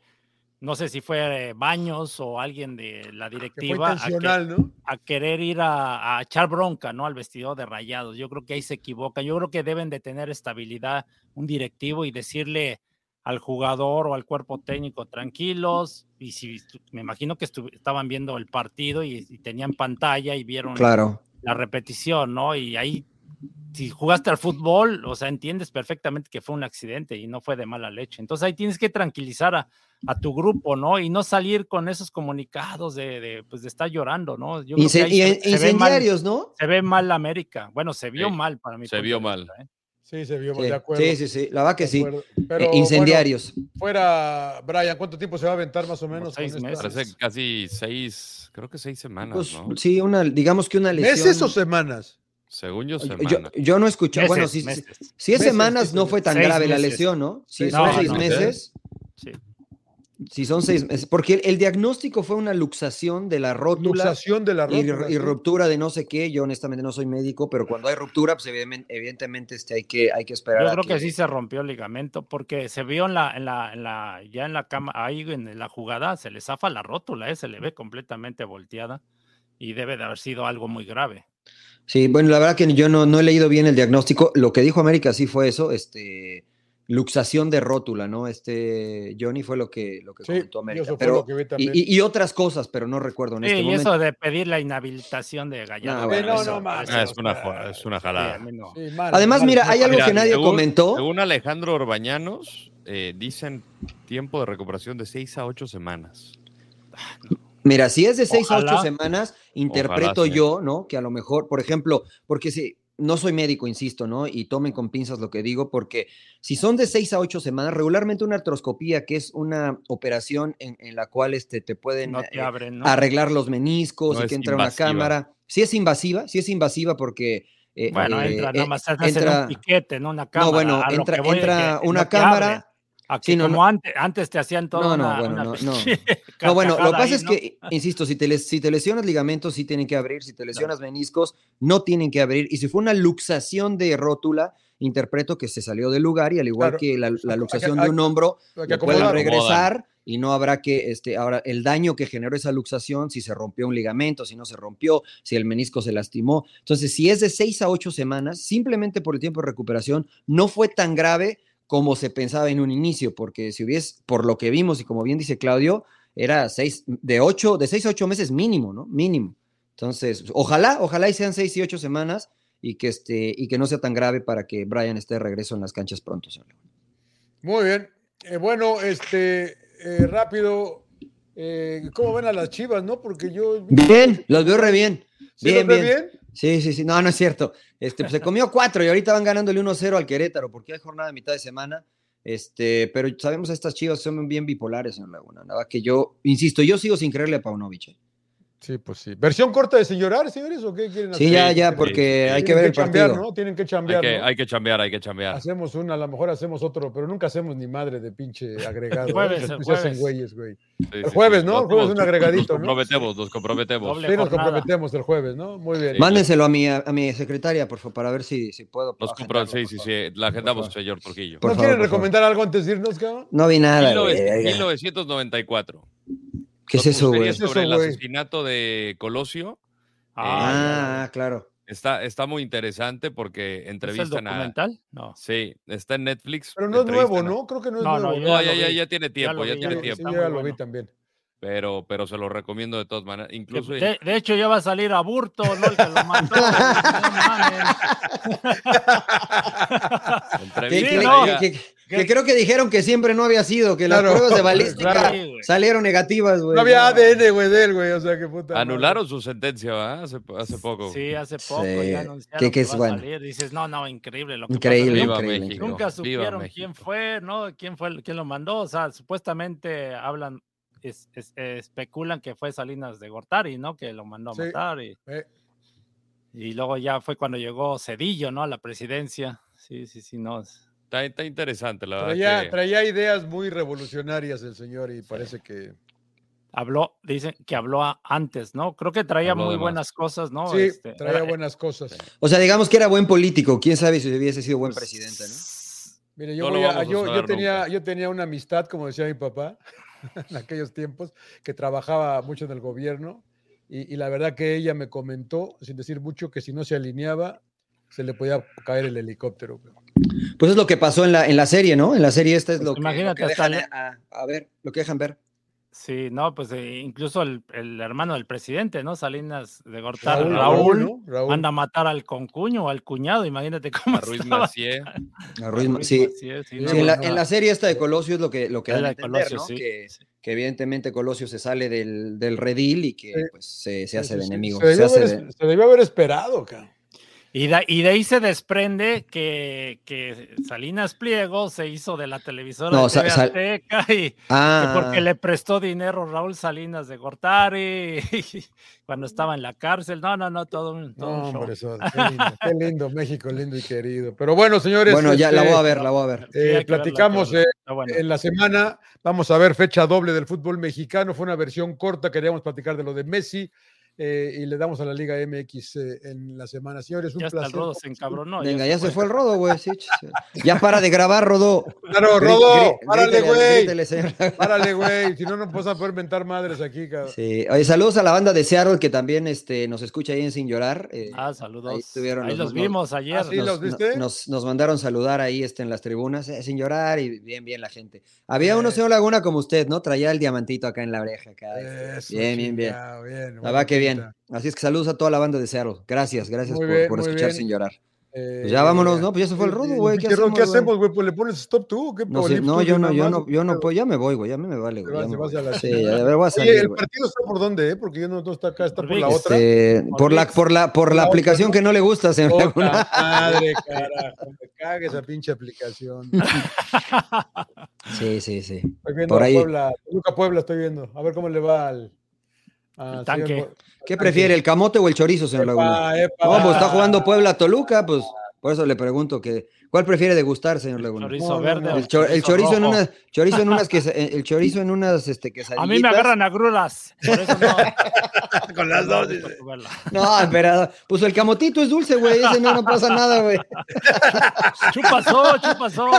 Speaker 1: no sé si fue eh, Baños o alguien de la
Speaker 2: Ah, Que fue
Speaker 1: directiva a, que-
Speaker 2: intencional, ¿no?
Speaker 1: a querer ir a, a echar bronca, ¿no? Al vestido de rayados. Yo creo que ahí se equivoca. Yo creo que deben de tener estabilidad un directivo y decirle al jugador o al cuerpo técnico tranquilos. Y si estu- me imagino que estu- estaban viendo el partido y, y tenían pantalla y vieron
Speaker 3: Claro.
Speaker 1: la repetición, ¿no? Y ahí, si jugaste al fútbol, o sea, entiendes perfectamente que fue un accidente y no fue de mala leche. Entonces ahí tienes que tranquilizar a, a tu grupo, ¿no? Y no salir con esos comunicados de, de, pues, de estar llorando, ¿no? Yo creo que
Speaker 3: Ince-
Speaker 1: ahí
Speaker 3: y-
Speaker 1: se- se ve mal-
Speaker 3: incendiarios, ¿no?
Speaker 1: se ve mal la América. Bueno, se vio
Speaker 4: Sí,
Speaker 1: mal para mí.
Speaker 4: se vio mal.
Speaker 1: ¿eh?
Speaker 2: Sí, se vio,
Speaker 3: Sí,
Speaker 2: de acuerdo.
Speaker 3: sí, sí, sí, la verdad que
Speaker 2: de
Speaker 3: sí.
Speaker 2: acuerdo.
Speaker 3: Eh,
Speaker 2: Pero,
Speaker 3: incendiarios.
Speaker 2: bueno, fuera, Brian, ¿cuánto tiempo se va a aventar más o menos?
Speaker 1: seis
Speaker 2: con esta-
Speaker 1: meses.
Speaker 4: Parece casi seis, creo que seis semanas,
Speaker 3: Pues,
Speaker 4: ¿no?
Speaker 3: sí, una, digamos que una lesión.
Speaker 2: ¿Meses o semanas?
Speaker 4: Según yo,
Speaker 3: Yo-
Speaker 4: semanas.
Speaker 3: yo, yo no escuché, bueno, sí, sí, Si es
Speaker 2: Meses,
Speaker 3: semanas,
Speaker 2: sí,
Speaker 3: no
Speaker 2: señor.
Speaker 3: fue tan
Speaker 1: Seis
Speaker 3: grave la
Speaker 1: meses.
Speaker 3: lesión, ¿no? Si
Speaker 2: Seis
Speaker 3: son
Speaker 1: meses.
Speaker 3: seis
Speaker 1: No, no.
Speaker 3: meses,
Speaker 1: Sí.
Speaker 3: si son seis meses, porque el, el diagnóstico fue una luxación de la rótula
Speaker 2: Luxación de la
Speaker 3: y,
Speaker 2: rótula,
Speaker 3: y
Speaker 2: sí.
Speaker 3: ruptura de no sé qué. Yo honestamente no soy médico, pero cuando hay ruptura, pues evidem- evidentemente este, hay, que, hay que esperar.
Speaker 1: Yo
Speaker 3: a
Speaker 1: creo que sí se rompió el ligamento porque se vio en la, en la, en la, ya en la cama, ahí en la jugada, se le zafa la rótula, ¿eh? se le ve completamente volteada y debe de haber sido algo muy grave.
Speaker 3: Sí, bueno, la verdad que yo no, no he leído bien el diagnóstico. Lo que dijo América sí fue eso. Este, luxación de rótula, ¿no? Este Johnny fue lo que, lo que
Speaker 2: Sí,
Speaker 3: comentó
Speaker 2: yo
Speaker 3: América.
Speaker 2: eso fue
Speaker 3: Pero,
Speaker 2: lo que vi también.
Speaker 3: y, y- y otras cosas, pero no recuerdo en
Speaker 1: Sí,
Speaker 3: este
Speaker 1: y
Speaker 3: momento.
Speaker 1: eso de pedir la inhabilitación de Gallardo.
Speaker 3: No,
Speaker 1: bueno,
Speaker 3: bueno, no,
Speaker 1: eso-
Speaker 3: no
Speaker 2: más.
Speaker 1: eso-
Speaker 4: Ah, es una jo- es una
Speaker 1: sí, a
Speaker 4: jalada.
Speaker 1: mí no.
Speaker 2: Sí, mal,
Speaker 3: Además,
Speaker 2: mal,
Speaker 3: mira,
Speaker 2: mal.
Speaker 3: hay algo que nadie
Speaker 4: según-
Speaker 3: comentó.
Speaker 4: Según Alejandro Orbañanos, eh, dicen tiempo de recuperación de 6 a 8 semanas.
Speaker 3: Mira, si es de seis a ocho
Speaker 1: Ojalá.
Speaker 3: semanas, interpreto
Speaker 4: Ojalá, sí.
Speaker 3: yo, ¿no? Que a lo mejor, por ejemplo, porque si no soy médico, insisto, ¿no? Y tomen con pinzas lo que digo, porque si son de seis a ocho semanas, regularmente una artroscopía, que es una operación en, en la cual este, te pueden
Speaker 1: No
Speaker 3: eh,
Speaker 1: te abren, ¿no?
Speaker 3: arreglar los meniscos
Speaker 4: No
Speaker 3: y
Speaker 4: es
Speaker 3: que entra
Speaker 4: invasiva.
Speaker 3: una cámara. Si es invasiva, si es invasiva porque... eh,
Speaker 1: Bueno,
Speaker 3: eh,
Speaker 1: entra
Speaker 3: eh,
Speaker 1: nada más, hacen
Speaker 3: entra-
Speaker 1: un piquete en una cámara.
Speaker 3: No, bueno,
Speaker 1: a lo
Speaker 3: entra,
Speaker 1: que voy de
Speaker 3: entra
Speaker 1: que- que
Speaker 3: una
Speaker 1: no te abren.
Speaker 3: cámara.
Speaker 1: Aquí
Speaker 3: Sí, no,
Speaker 1: como
Speaker 3: no.
Speaker 1: Antes, antes te hacían todo
Speaker 3: No, no,
Speaker 1: una,
Speaker 3: bueno,
Speaker 1: una
Speaker 3: no, no.
Speaker 1: pinche
Speaker 3: No, bueno, lo que
Speaker 1: carcajada
Speaker 3: pasa
Speaker 1: ahí,
Speaker 3: es que, insisto, si te, les- si te lesionas ligamentos, sí tienen que abrir, si te lesionas meniscos, no tienen que abrir. Y si fue una luxación de rótula, interpreto que se salió del lugar y al igual
Speaker 2: Claro.
Speaker 3: que la, la
Speaker 2: Hay-
Speaker 3: luxación
Speaker 2: hay-
Speaker 3: de un hombro,
Speaker 2: Hay que
Speaker 3: lo pueden
Speaker 4: acomodarlo.
Speaker 2: acomodar.
Speaker 3: regresar y no habrá que, este, ahora, el daño que generó esa luxación, si se rompió un ligamento, si no se rompió, si el menisco se lastimó. Entonces, si es de seis a ocho semanas, simplemente por el tiempo de recuperación, no fue tan grave como se pensaba en un inicio, porque si hubiese, por lo que vimos y como bien dice Claudio, era seis, de ocho, de seis a ocho meses mínimo, ¿no? Mínimo. Entonces, ojalá, ojalá y sean seis y ocho semanas y que, este, y que no sea tan grave para que Brian esté de regreso en las canchas pronto. señor.
Speaker 2: Muy bien. Eh, bueno, este, eh, rápido, eh, ¿cómo ven a las chivas, no? Porque yo.
Speaker 3: Bien, los veo re bien.
Speaker 2: ¿Sí
Speaker 3: bien,
Speaker 2: los ve
Speaker 3: bien. Sí, sí, sí. No, no es cierto. Este, pues, se comió cuatro y ahorita van ganándole 1-0 al Querétaro porque hay jornada de mitad de semana. Este, pero sabemos estas chivas son bien bipolares, señor Laguna. Nada que yo, insisto, yo sigo sin creerle a Paunovic. ¿eh?
Speaker 2: Sí, pues sí. ¿Versión corta de sin llorar, señores? ¿O qué quieren
Speaker 3: Sí,
Speaker 2: hacer?
Speaker 3: ya, ya,
Speaker 2: Tienen-
Speaker 3: porque hay
Speaker 2: tienen
Speaker 3: que ver el
Speaker 2: chambear,
Speaker 3: partido.
Speaker 2: ¿no? Tienen que
Speaker 4: Hay
Speaker 2: chambear.
Speaker 4: que,
Speaker 2: ¿no? Ah,
Speaker 4: hay que chambear, hay que chambear.
Speaker 2: Hacemos una, a lo mejor hacemos otro, pero nunca hacemos ni madre de pinche agregado. ¿eh?
Speaker 1: Jueves,
Speaker 2: Se
Speaker 1: el
Speaker 2: hacen
Speaker 1: jueves.
Speaker 2: güeyes, güey.
Speaker 4: Sí, sí,
Speaker 2: El jueves,
Speaker 4: sí.
Speaker 2: ¿no?
Speaker 4: Nos-
Speaker 2: El jueves un
Speaker 4: nos-
Speaker 2: agregadito,
Speaker 4: Nos
Speaker 2: ¿no?
Speaker 4: comprometemos, nos comprometemos.
Speaker 1: Doble.
Speaker 2: Sí, nos
Speaker 1: jornada.
Speaker 2: comprometemos el jueves, ¿no? Muy bien.
Speaker 4: Sí.
Speaker 3: Mándenselo a mi, a, a mi secretaria, por favor, para ver si, si puedo.
Speaker 4: Nos
Speaker 3: agendarlo,
Speaker 4: compro, sí,
Speaker 3: por
Speaker 4: sí,
Speaker 3: favor.
Speaker 4: sí. La agendamos,
Speaker 2: Por
Speaker 4: señor Trujillo.
Speaker 3: Por
Speaker 2: ¿No
Speaker 3: favor,
Speaker 2: quieren
Speaker 3: por favor.
Speaker 2: recomendar algo antes de irnos, cabrón?
Speaker 3: No vi nada, güey.
Speaker 1: este,
Speaker 4: 19-
Speaker 3: oiga.
Speaker 4: 1994.
Speaker 3: ¿Qué es eso, güey?
Speaker 4: Sería sobre el
Speaker 2: Eso, güey.
Speaker 4: asesinato de Colosio.
Speaker 1: ¿no?
Speaker 4: Ah,
Speaker 1: Ah,
Speaker 3: Ah, claro.
Speaker 4: Está, está muy interesante porque
Speaker 1: ¿es el
Speaker 4: entrevistan a.
Speaker 1: documental? No.
Speaker 4: Sí, está en Netflix.
Speaker 2: Pero no es nuevo,
Speaker 4: entrevistan a-
Speaker 2: ¿no? Creo que no es
Speaker 1: No, no,
Speaker 2: nuevo.
Speaker 1: yo Ya
Speaker 4: No, ya,
Speaker 1: lo
Speaker 4: ya,
Speaker 1: vi.
Speaker 4: ya tiene tiempo,
Speaker 1: lo
Speaker 4: ya,
Speaker 1: vi,
Speaker 4: tiene
Speaker 1: lo vi,
Speaker 2: Sí, sí,
Speaker 1: está
Speaker 4: tiempo.
Speaker 2: yo
Speaker 1: muy
Speaker 2: ya lo vi
Speaker 1: bueno.
Speaker 2: también.
Speaker 4: Pero, pero se lo recomiendo de todas maneras. Incluso
Speaker 1: De, de hecho, ya va a salir a Burto, ¿no? El que lo mató. No mames.
Speaker 3: Que,
Speaker 4: entrevistan
Speaker 1: Sí,
Speaker 3: que-
Speaker 1: no.
Speaker 4: ahí a-
Speaker 3: que- que- que creo que dijeron que siempre no había sido, que las
Speaker 2: Claro,
Speaker 3: pruebas de balística
Speaker 2: claro.
Speaker 1: Sí, güey.
Speaker 3: salieron negativas, güey.
Speaker 2: No había
Speaker 3: No.
Speaker 2: ADN, güey, de él, güey. O sea, qué puta. madre.
Speaker 4: Anularon su sentencia ¿verdad? hace, hace poco.
Speaker 1: Sí, hace poco
Speaker 3: Sí,
Speaker 1: ya anunciaron
Speaker 3: que- que
Speaker 1: que,
Speaker 3: es
Speaker 1: va
Speaker 3: bueno.
Speaker 1: a salir. Dices, no, no, increíble lo que
Speaker 3: Increíble,
Speaker 1: pasó.
Speaker 4: Viva
Speaker 3: increíble.
Speaker 4: México.
Speaker 1: Nunca
Speaker 4: Viva
Speaker 1: supieron
Speaker 4: México.
Speaker 1: quién fue, ¿no? ¿Quién fue, el- quién lo mandó? O sea, supuestamente hablan, es- es- eh, especulan que fue Salinas de Gortari, ¿no? Que lo mandó a
Speaker 2: Sí.
Speaker 1: matar. Y,
Speaker 2: Eh.
Speaker 1: y luego ya fue cuando llegó Cedillo, ¿no? A la presidencia. Sí, sí, sí, no. es-
Speaker 4: Está, está interesante, la verdad.
Speaker 2: Traía,
Speaker 4: que-
Speaker 2: traía ideas muy revolucionarias el señor y parece que.
Speaker 1: Habló, dicen que habló a- antes, ¿no? Creo que traía
Speaker 4: Habló
Speaker 1: muy
Speaker 4: de más.
Speaker 1: buenas cosas, ¿no?
Speaker 2: Sí,
Speaker 1: Este,
Speaker 2: traía
Speaker 1: era-
Speaker 2: buenas cosas.
Speaker 3: O sea, digamos que era buen político. Quién sabe si hubiese sido buen
Speaker 1: Pues
Speaker 3: presidente, ¿no?
Speaker 2: Mire, yo,
Speaker 4: No lo
Speaker 2: voy a-
Speaker 4: vamos a
Speaker 2: yo, yo
Speaker 4: saber
Speaker 2: tenía,
Speaker 4: nunca.
Speaker 2: yo tenía una amistad, como decía mi papá, en aquellos tiempos, que trabajaba mucho en el gobierno. Y, y la verdad que ella me comentó, sin decir mucho, que si no se alineaba, se le podía caer el helicóptero. güey.
Speaker 3: Pues es lo que pasó en la, en la serie, ¿no? En la serie esta es lo que, lo que
Speaker 1: Pues Imagínate, hasta
Speaker 3: dejan
Speaker 1: le-
Speaker 3: a, a ver, lo que dejan ver.
Speaker 1: Sí, no, pues eh, incluso el, el hermano del presidente, ¿no? Salinas de Gortari,
Speaker 2: Raúl,
Speaker 1: Raúl,
Speaker 2: ¿no? Raúl.
Speaker 1: anda a matar al concuño o al cuñado, imagínate cómo
Speaker 4: a Ruiz
Speaker 1: estaba.
Speaker 4: Macié.
Speaker 3: A
Speaker 1: A
Speaker 3: Ruiz Ma-
Speaker 1: Ruiz
Speaker 3: sí.
Speaker 1: Macié, sí,
Speaker 2: Sí,
Speaker 1: no, pues,
Speaker 3: Sí, en, la,
Speaker 1: no,
Speaker 3: en la serie esta de Colosio es lo que, lo que
Speaker 1: es
Speaker 3: dan a
Speaker 1: la de
Speaker 3: entender,
Speaker 1: Colosio,
Speaker 3: ¿no?
Speaker 1: sí,
Speaker 3: que,
Speaker 1: sí.
Speaker 3: que evidentemente Colosio se sale del, del redil y que
Speaker 2: Sí.
Speaker 3: pues, se, se
Speaker 2: Sí,
Speaker 3: hace
Speaker 2: sí,
Speaker 3: de
Speaker 2: sí.
Speaker 3: enemigo.
Speaker 2: Se debió,
Speaker 3: Se hace
Speaker 2: haber,
Speaker 3: de-
Speaker 2: se debió haber esperado, cabrón.
Speaker 1: Y, de, y de ahí se desprende que, que Salinas Pliego se hizo de la televisora
Speaker 3: No,
Speaker 1: de
Speaker 3: Sa-
Speaker 1: TV
Speaker 3: Sal-
Speaker 1: Azteca y que
Speaker 3: Ah,
Speaker 1: porque le prestó dinero Raúl Salinas de Gortari cuando estaba en la cárcel. No, no, no, todo un, todo un
Speaker 2: No,
Speaker 1: show.
Speaker 2: hombre, eso, qué, lindo, qué lindo, México lindo y querido. Pero bueno, señores.
Speaker 3: bueno, ya la
Speaker 2: este,
Speaker 3: voy a ver, la voy a ver.
Speaker 1: Sí, hay que verla,
Speaker 2: platicamos,
Speaker 1: hay que verla.
Speaker 2: eh,
Speaker 1: Está buena.
Speaker 2: En la semana vamos a ver fecha doble del fútbol mexicano. Fue una versión corta, queríamos platicar de lo de Messi. eh, y le damos a la Liga MX eh, en la semana. Señores, un
Speaker 1: Ya hasta el
Speaker 2: placer.
Speaker 1: Rodo se encabronó.
Speaker 3: Venga, ya se fue el rodo, güey. sí, ch- ya para de grabar, Rodo.
Speaker 2: Claro,
Speaker 3: Grí-
Speaker 2: Rodo,
Speaker 3: grí-
Speaker 2: párale,
Speaker 3: grítele,
Speaker 2: güey.
Speaker 3: grítele, señor.
Speaker 2: Párale, güey. Si no, no vas a poder mentar madres aquí, cabrón.
Speaker 3: Sí. Oye, saludos a la banda de Seattle que también este, nos escucha ahí en Sin Llorar. eh,
Speaker 1: Ah, saludos.
Speaker 3: Ahí
Speaker 1: Ahí,
Speaker 3: estuvieron los
Speaker 1: los
Speaker 3: dos, ¿no?
Speaker 1: vimos ayer.
Speaker 2: Ah, sí,
Speaker 1: Nos-
Speaker 2: los viste?
Speaker 3: nos, nos mandaron saludar ahí este, en las tribunas, eh, sin llorar y bien, bien la gente. Había uno,
Speaker 2: Eso.
Speaker 3: señor Laguna, como usted, ¿no? Traía el diamantito acá en la oreja. acá, este,
Speaker 2: Eso,
Speaker 3: bien, bien, bien.
Speaker 2: chingado, bien.
Speaker 3: La
Speaker 2: buena
Speaker 3: verdad que bien.
Speaker 2: pinta.
Speaker 3: Así es que saludos a toda la banda de Seattle. Gracias, gracias
Speaker 2: Muy
Speaker 3: por,
Speaker 2: bien,
Speaker 3: por
Speaker 2: muy
Speaker 3: escuchar
Speaker 2: bien.
Speaker 3: sin llorar.
Speaker 2: Eh,
Speaker 3: Pues ya vámonos, ¿no? Pues ya se fue el
Speaker 2: eh,
Speaker 3: rodo,
Speaker 2: eh,
Speaker 3: güey, ¿qué
Speaker 2: pinche Rodo, ¿Qué
Speaker 3: hacemos,
Speaker 2: hacemos, güey? Pues le pones stop tú. ¿Qué
Speaker 3: No,
Speaker 2: o
Speaker 3: sé,
Speaker 2: lift
Speaker 3: no,
Speaker 2: tú,
Speaker 3: yo
Speaker 2: de
Speaker 3: no,
Speaker 2: una
Speaker 3: yo
Speaker 2: mano?
Speaker 3: no, yo no puedo, ya me voy, güey, ya a mí me vale, güey.
Speaker 2: vas-
Speaker 3: ya me
Speaker 2: te vas
Speaker 3: voy.
Speaker 2: a la
Speaker 3: Sí,
Speaker 2: chingada.
Speaker 3: ya, a ver, voy a
Speaker 2: Oye,
Speaker 3: salir,
Speaker 2: el
Speaker 3: güey.
Speaker 2: partido está por dónde, ¿eh? Porque yo no, no está acá, está por la
Speaker 1: Rodríguez.
Speaker 2: otra.
Speaker 3: Este,
Speaker 1: Por
Speaker 3: por la,
Speaker 1: Vix.
Speaker 3: por la, por la
Speaker 2: La otra,
Speaker 3: aplicación
Speaker 2: ¿no?
Speaker 3: que no le gusta, señor
Speaker 2: Puta
Speaker 3: Laguna.
Speaker 2: madre, carajo. Me caga esa pinche aplicación.
Speaker 3: Sí, sí, sí.
Speaker 2: Estoy viendo
Speaker 3: Por
Speaker 2: a
Speaker 3: ahí.
Speaker 2: Puebla. Luca Puebla estoy viendo. A ver cómo le va al... al
Speaker 1: El tanque.
Speaker 2: señor-
Speaker 3: ¿Qué prefiere, el camote o el chorizo, señor Laguna?
Speaker 2: Epa, epa.
Speaker 3: No, pues está jugando Puebla Toluca, pues por eso le pregunto que ¿cuál prefiere degustar, señor
Speaker 1: El
Speaker 3: Laguna?
Speaker 1: chorizo
Speaker 2: No, no,
Speaker 1: verde.
Speaker 2: no.
Speaker 1: o
Speaker 3: El, chor- el chorizo en
Speaker 1: rojo.
Speaker 3: unas chorizo en unas quesa- el chorizo en unas este
Speaker 1: A mí me
Speaker 3: quesadillitas.
Speaker 1: agarran a grulas. Por eso no.
Speaker 2: Con las dos,
Speaker 1: no,
Speaker 2: dice.
Speaker 1: Portugal.
Speaker 3: No, espera, pues el camotito es dulce, güey, ese no no pasa nada, güey.
Speaker 1: Chupasó, chupasó.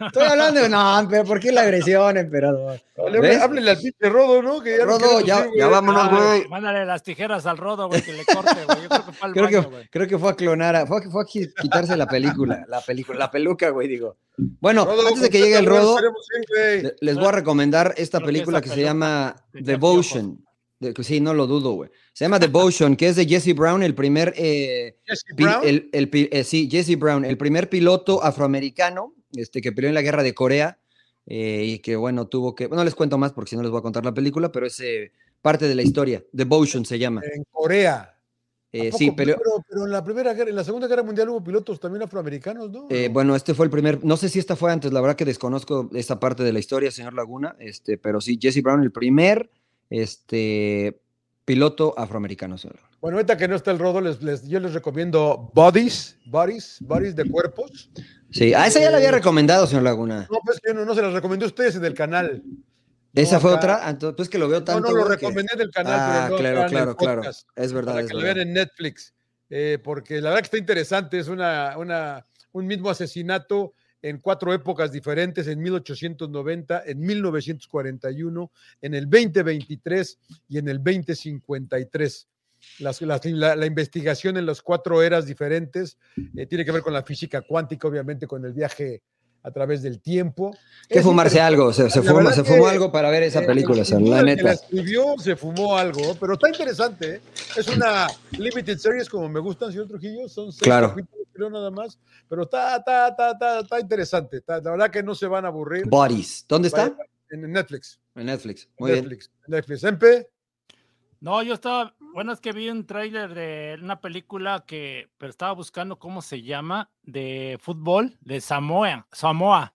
Speaker 3: Estoy hablando de no, pero ¿por qué la agresión, emperador?
Speaker 2: Hable-
Speaker 3: ¿Ves?
Speaker 2: Háblele al pinche Rodo, ¿no? Que ya no
Speaker 3: Rodo,
Speaker 2: queremos
Speaker 3: ya-
Speaker 2: ir, güey.
Speaker 3: ya vámonos,
Speaker 1: Ah,
Speaker 3: güey.
Speaker 1: Mándale las tijeras al rodo, güey, que le corte, güey. Yo creo que fue al
Speaker 3: Creo
Speaker 1: baño,
Speaker 3: que,
Speaker 1: güey.
Speaker 3: creo que fue a clonar, a- fue a, fue a qui- quitarse la película, la película, la peluca, güey, digo. Bueno,
Speaker 2: Rodo,
Speaker 3: antes de que
Speaker 2: completa,
Speaker 3: llegue el
Speaker 2: güey,
Speaker 3: rodo,
Speaker 2: queremos ir, güey.
Speaker 3: Le- Les voy a recomendar esta
Speaker 1: Creo que
Speaker 3: película
Speaker 1: esa
Speaker 3: que se
Speaker 1: película
Speaker 3: llama
Speaker 1: tenía
Speaker 3: Devotion. De- que sí, no lo dudo, güey. Se llama Devotion, que es de Jesse Brown, el primer, eh,
Speaker 2: Jesse
Speaker 3: pi-
Speaker 2: Brown.
Speaker 3: el, el pi- eh, sí, Jesse Brown, el primer piloto afroamericano, este, que peleó en la guerra de Corea eh, y que bueno tuvo que, bueno les cuento más porque si no les voy a contar la película, pero es eh, parte de la historia. Devotion se llama.
Speaker 2: En Corea. Eh, ¿A
Speaker 3: Eh,
Speaker 2: poco?
Speaker 3: sí, peleó.
Speaker 2: pero, pero en la primera guerra, en la segunda guerra mundial hubo pilotos también afroamericanos, ¿no?
Speaker 3: Eh, bueno, este fue el primer, no sé si esta fue antes, la verdad que desconozco esta parte de la historia, señor Laguna, este, pero sí, Jesse Brown, el primer este, piloto afroamericano. señor Laguna.
Speaker 2: Bueno, ahorita que no está el rodo, les, les- yo les recomiendo Bodies, Bodies, Bodies de cuerpos.
Speaker 3: Sí, a esa ya la había
Speaker 2: Eh,
Speaker 3: recomendado, señor Laguna.
Speaker 2: No, pues que no, no se las recomendé a ustedes en el canal.
Speaker 3: ¿Esa
Speaker 2: no,
Speaker 3: fue
Speaker 2: acá-
Speaker 3: otra? Ah, Entonces, pues que lo veo tanto.
Speaker 2: no, no lo
Speaker 3: güey, que-
Speaker 2: recomendé en el canal,
Speaker 3: Ah,
Speaker 2: pero no acá en
Speaker 3: claro,
Speaker 2: el
Speaker 3: claro, claro.
Speaker 2: podcast,
Speaker 3: Es verdad.
Speaker 2: para
Speaker 3: es
Speaker 2: que lo
Speaker 3: verdad.
Speaker 2: vean en Netflix. eh, porque la verdad que está interesante, es una, una, un mismo asesinato en cuatro épocas diferentes, en 1890, en 1941, en el 2023 y en el 2053. Las- las- la, la investigación en las cuatro eras diferentes eh, tiene que ver con la física cuántica, obviamente, con el viaje a través del tiempo.
Speaker 3: Hay que
Speaker 2: Es
Speaker 3: fumarse algo, se, se
Speaker 2: la
Speaker 3: fuma-
Speaker 2: verdad
Speaker 3: se fumó
Speaker 2: que,
Speaker 3: algo para ver esa
Speaker 2: eh,
Speaker 3: película,
Speaker 2: el-
Speaker 3: señor,
Speaker 2: sin duda
Speaker 3: la
Speaker 2: el que
Speaker 3: neta.
Speaker 2: escribió, se fumó algo, pero está interesante. ¿eh? Es una limited series como me gustan, señor Trujillo. Son seis
Speaker 3: Claro.
Speaker 2: capítulos, creo, nada más. Pero está, está, está, está, está interesante. Está- la verdad que no se van a aburrir.
Speaker 3: Bodies. ¿Dónde está?
Speaker 2: Vaya, En Netflix.
Speaker 3: En Netflix.
Speaker 2: en
Speaker 3: Muy bien.
Speaker 2: Netflix. en Netflix. Empe,
Speaker 1: No, yo
Speaker 3: Ah.
Speaker 1: estaba, bueno, es que vi un tráiler de una película que, pero estaba buscando cómo se llama, de fútbol, de Samoa, Samoa,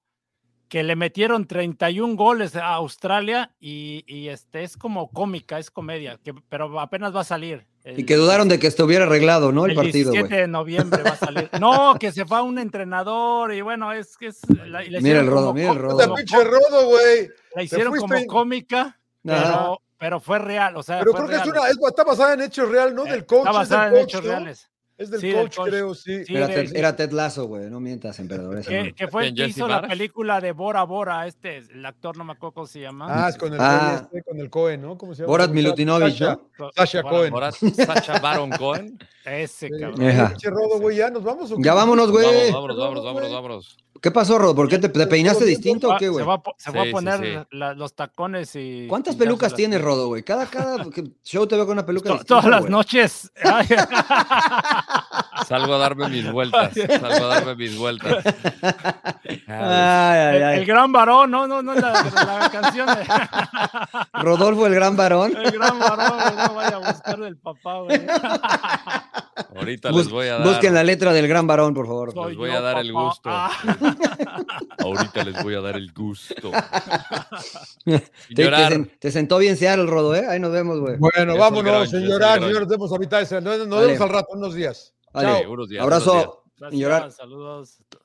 Speaker 1: que le metieron 31 goles a Australia y, y este es como cómica, es comedia, que, pero apenas va a salir.
Speaker 3: Y que dudaron de que estuviera arreglado, ¿no? El, partido,
Speaker 1: 17
Speaker 3: güey.
Speaker 1: de noviembre va a salir. No, que se fue a un entrenador y bueno, es que es... la- y le
Speaker 3: Mira
Speaker 1: hicieron
Speaker 3: el rodo,
Speaker 1: como
Speaker 3: mira el
Speaker 1: co-
Speaker 3: rodo.
Speaker 2: puta
Speaker 1: como
Speaker 2: pinche rodo, güey.
Speaker 1: La hicieron
Speaker 2: fuiste
Speaker 1: como
Speaker 2: en-
Speaker 1: cómica,
Speaker 3: Ajá.
Speaker 1: pero, pero fue real. O sea,
Speaker 2: Pero
Speaker 1: Ah, fue
Speaker 2: creo que es
Speaker 1: real. Eh,
Speaker 2: una, es- está basada en hechos real, ¿no? Del coach.
Speaker 1: Está
Speaker 2: es del
Speaker 1: basada en
Speaker 2: coach,
Speaker 1: hechos
Speaker 2: ¿no?
Speaker 1: reales.
Speaker 2: Es del
Speaker 1: Sí, del
Speaker 2: coach,
Speaker 1: coach.
Speaker 2: creo, sí.
Speaker 1: Sí,
Speaker 3: Era,
Speaker 1: de-
Speaker 3: Ted, era Ted Lasso, güey. No mientas, emperador. ese
Speaker 1: eh, Que,
Speaker 3: no.
Speaker 1: que fue el
Speaker 4: ¿Quién,
Speaker 1: que
Speaker 4: Jesse
Speaker 1: hizo la
Speaker 4: Varas?
Speaker 1: película de Bora Bora, este, el actor, no me acuerdo cómo se llama.
Speaker 2: Ah, es con el,
Speaker 3: Ah.
Speaker 2: Cohen, este, con el Cohen, ¿no? ¿Cómo se llama?
Speaker 3: Borat
Speaker 2: Sasha-
Speaker 3: Milutinovich,
Speaker 2: Sasha.
Speaker 3: ¿no?
Speaker 1: Co-
Speaker 2: Sasha
Speaker 1: Bora-
Speaker 2: Cohen.
Speaker 4: Ahora, Sacha Baron Cohen.
Speaker 1: Ese,
Speaker 2: Sí,
Speaker 1: cabrón.
Speaker 3: Ejá.
Speaker 2: pinche rodo, güey, ya nos vamos. o qué?
Speaker 3: Ya vámonos, güey.
Speaker 4: Vámonos, vámonos, vámonos, vámonos, vámonos.
Speaker 3: ¿Qué pasó, Rod? ¿Por qué te, te peinaste
Speaker 2: Todo bien,
Speaker 3: distinto o
Speaker 1: Va-
Speaker 3: qué,
Speaker 1: se
Speaker 3: güey?
Speaker 1: va, a po- se va
Speaker 4: Sí,
Speaker 1: a
Speaker 4: sí,
Speaker 1: poner
Speaker 4: sí.
Speaker 1: la- los tacones y.
Speaker 3: ¿Cuántas
Speaker 1: y ya se
Speaker 3: pelucas
Speaker 1: las-
Speaker 3: tienes, Rodo, güey? Cada, cada que- show te veo con una peluca.
Speaker 1: To-
Speaker 3: distinta,
Speaker 1: todas las
Speaker 3: güey.
Speaker 1: noches. Ay,
Speaker 4: Salgo a darme mis vueltas. Salgo a darme mis vueltas. Ah,
Speaker 3: Ay,
Speaker 1: el,
Speaker 3: ay, ay.
Speaker 1: Eh, el gran varón, no, no, no, la, la canción. de-
Speaker 3: Rodolfo, el gran varón.
Speaker 1: el gran varón, güey, no vaya a buscar del papá, güey.
Speaker 4: ahorita
Speaker 3: Bus-
Speaker 4: les voy a dar.
Speaker 3: Busquen la letra del gran varón, por favor.
Speaker 1: Soy
Speaker 4: Les voy
Speaker 1: yo,
Speaker 4: a dar el
Speaker 1: papá.
Speaker 4: gusto.
Speaker 1: Ah.
Speaker 4: Ahorita les voy a dar el gusto.
Speaker 3: Te,
Speaker 4: Y
Speaker 3: te
Speaker 4: llorar.
Speaker 3: sen- te sentó bien Seattle, el Rodo, ¿eh? Ahí nos vemos, güey.
Speaker 2: Bueno,
Speaker 4: Es un gran,
Speaker 2: vámonos,
Speaker 4: es un
Speaker 2: señorar,
Speaker 4: gran.
Speaker 2: señores, nos vemos ahorita. Nos nos
Speaker 3: Vale.
Speaker 2: vemos al rato, unos días.
Speaker 3: Vale.
Speaker 4: Sí, unos días, unos días.
Speaker 3: Abrazo. Sin
Speaker 1: Gracias,
Speaker 3: llorar.
Speaker 1: saludos.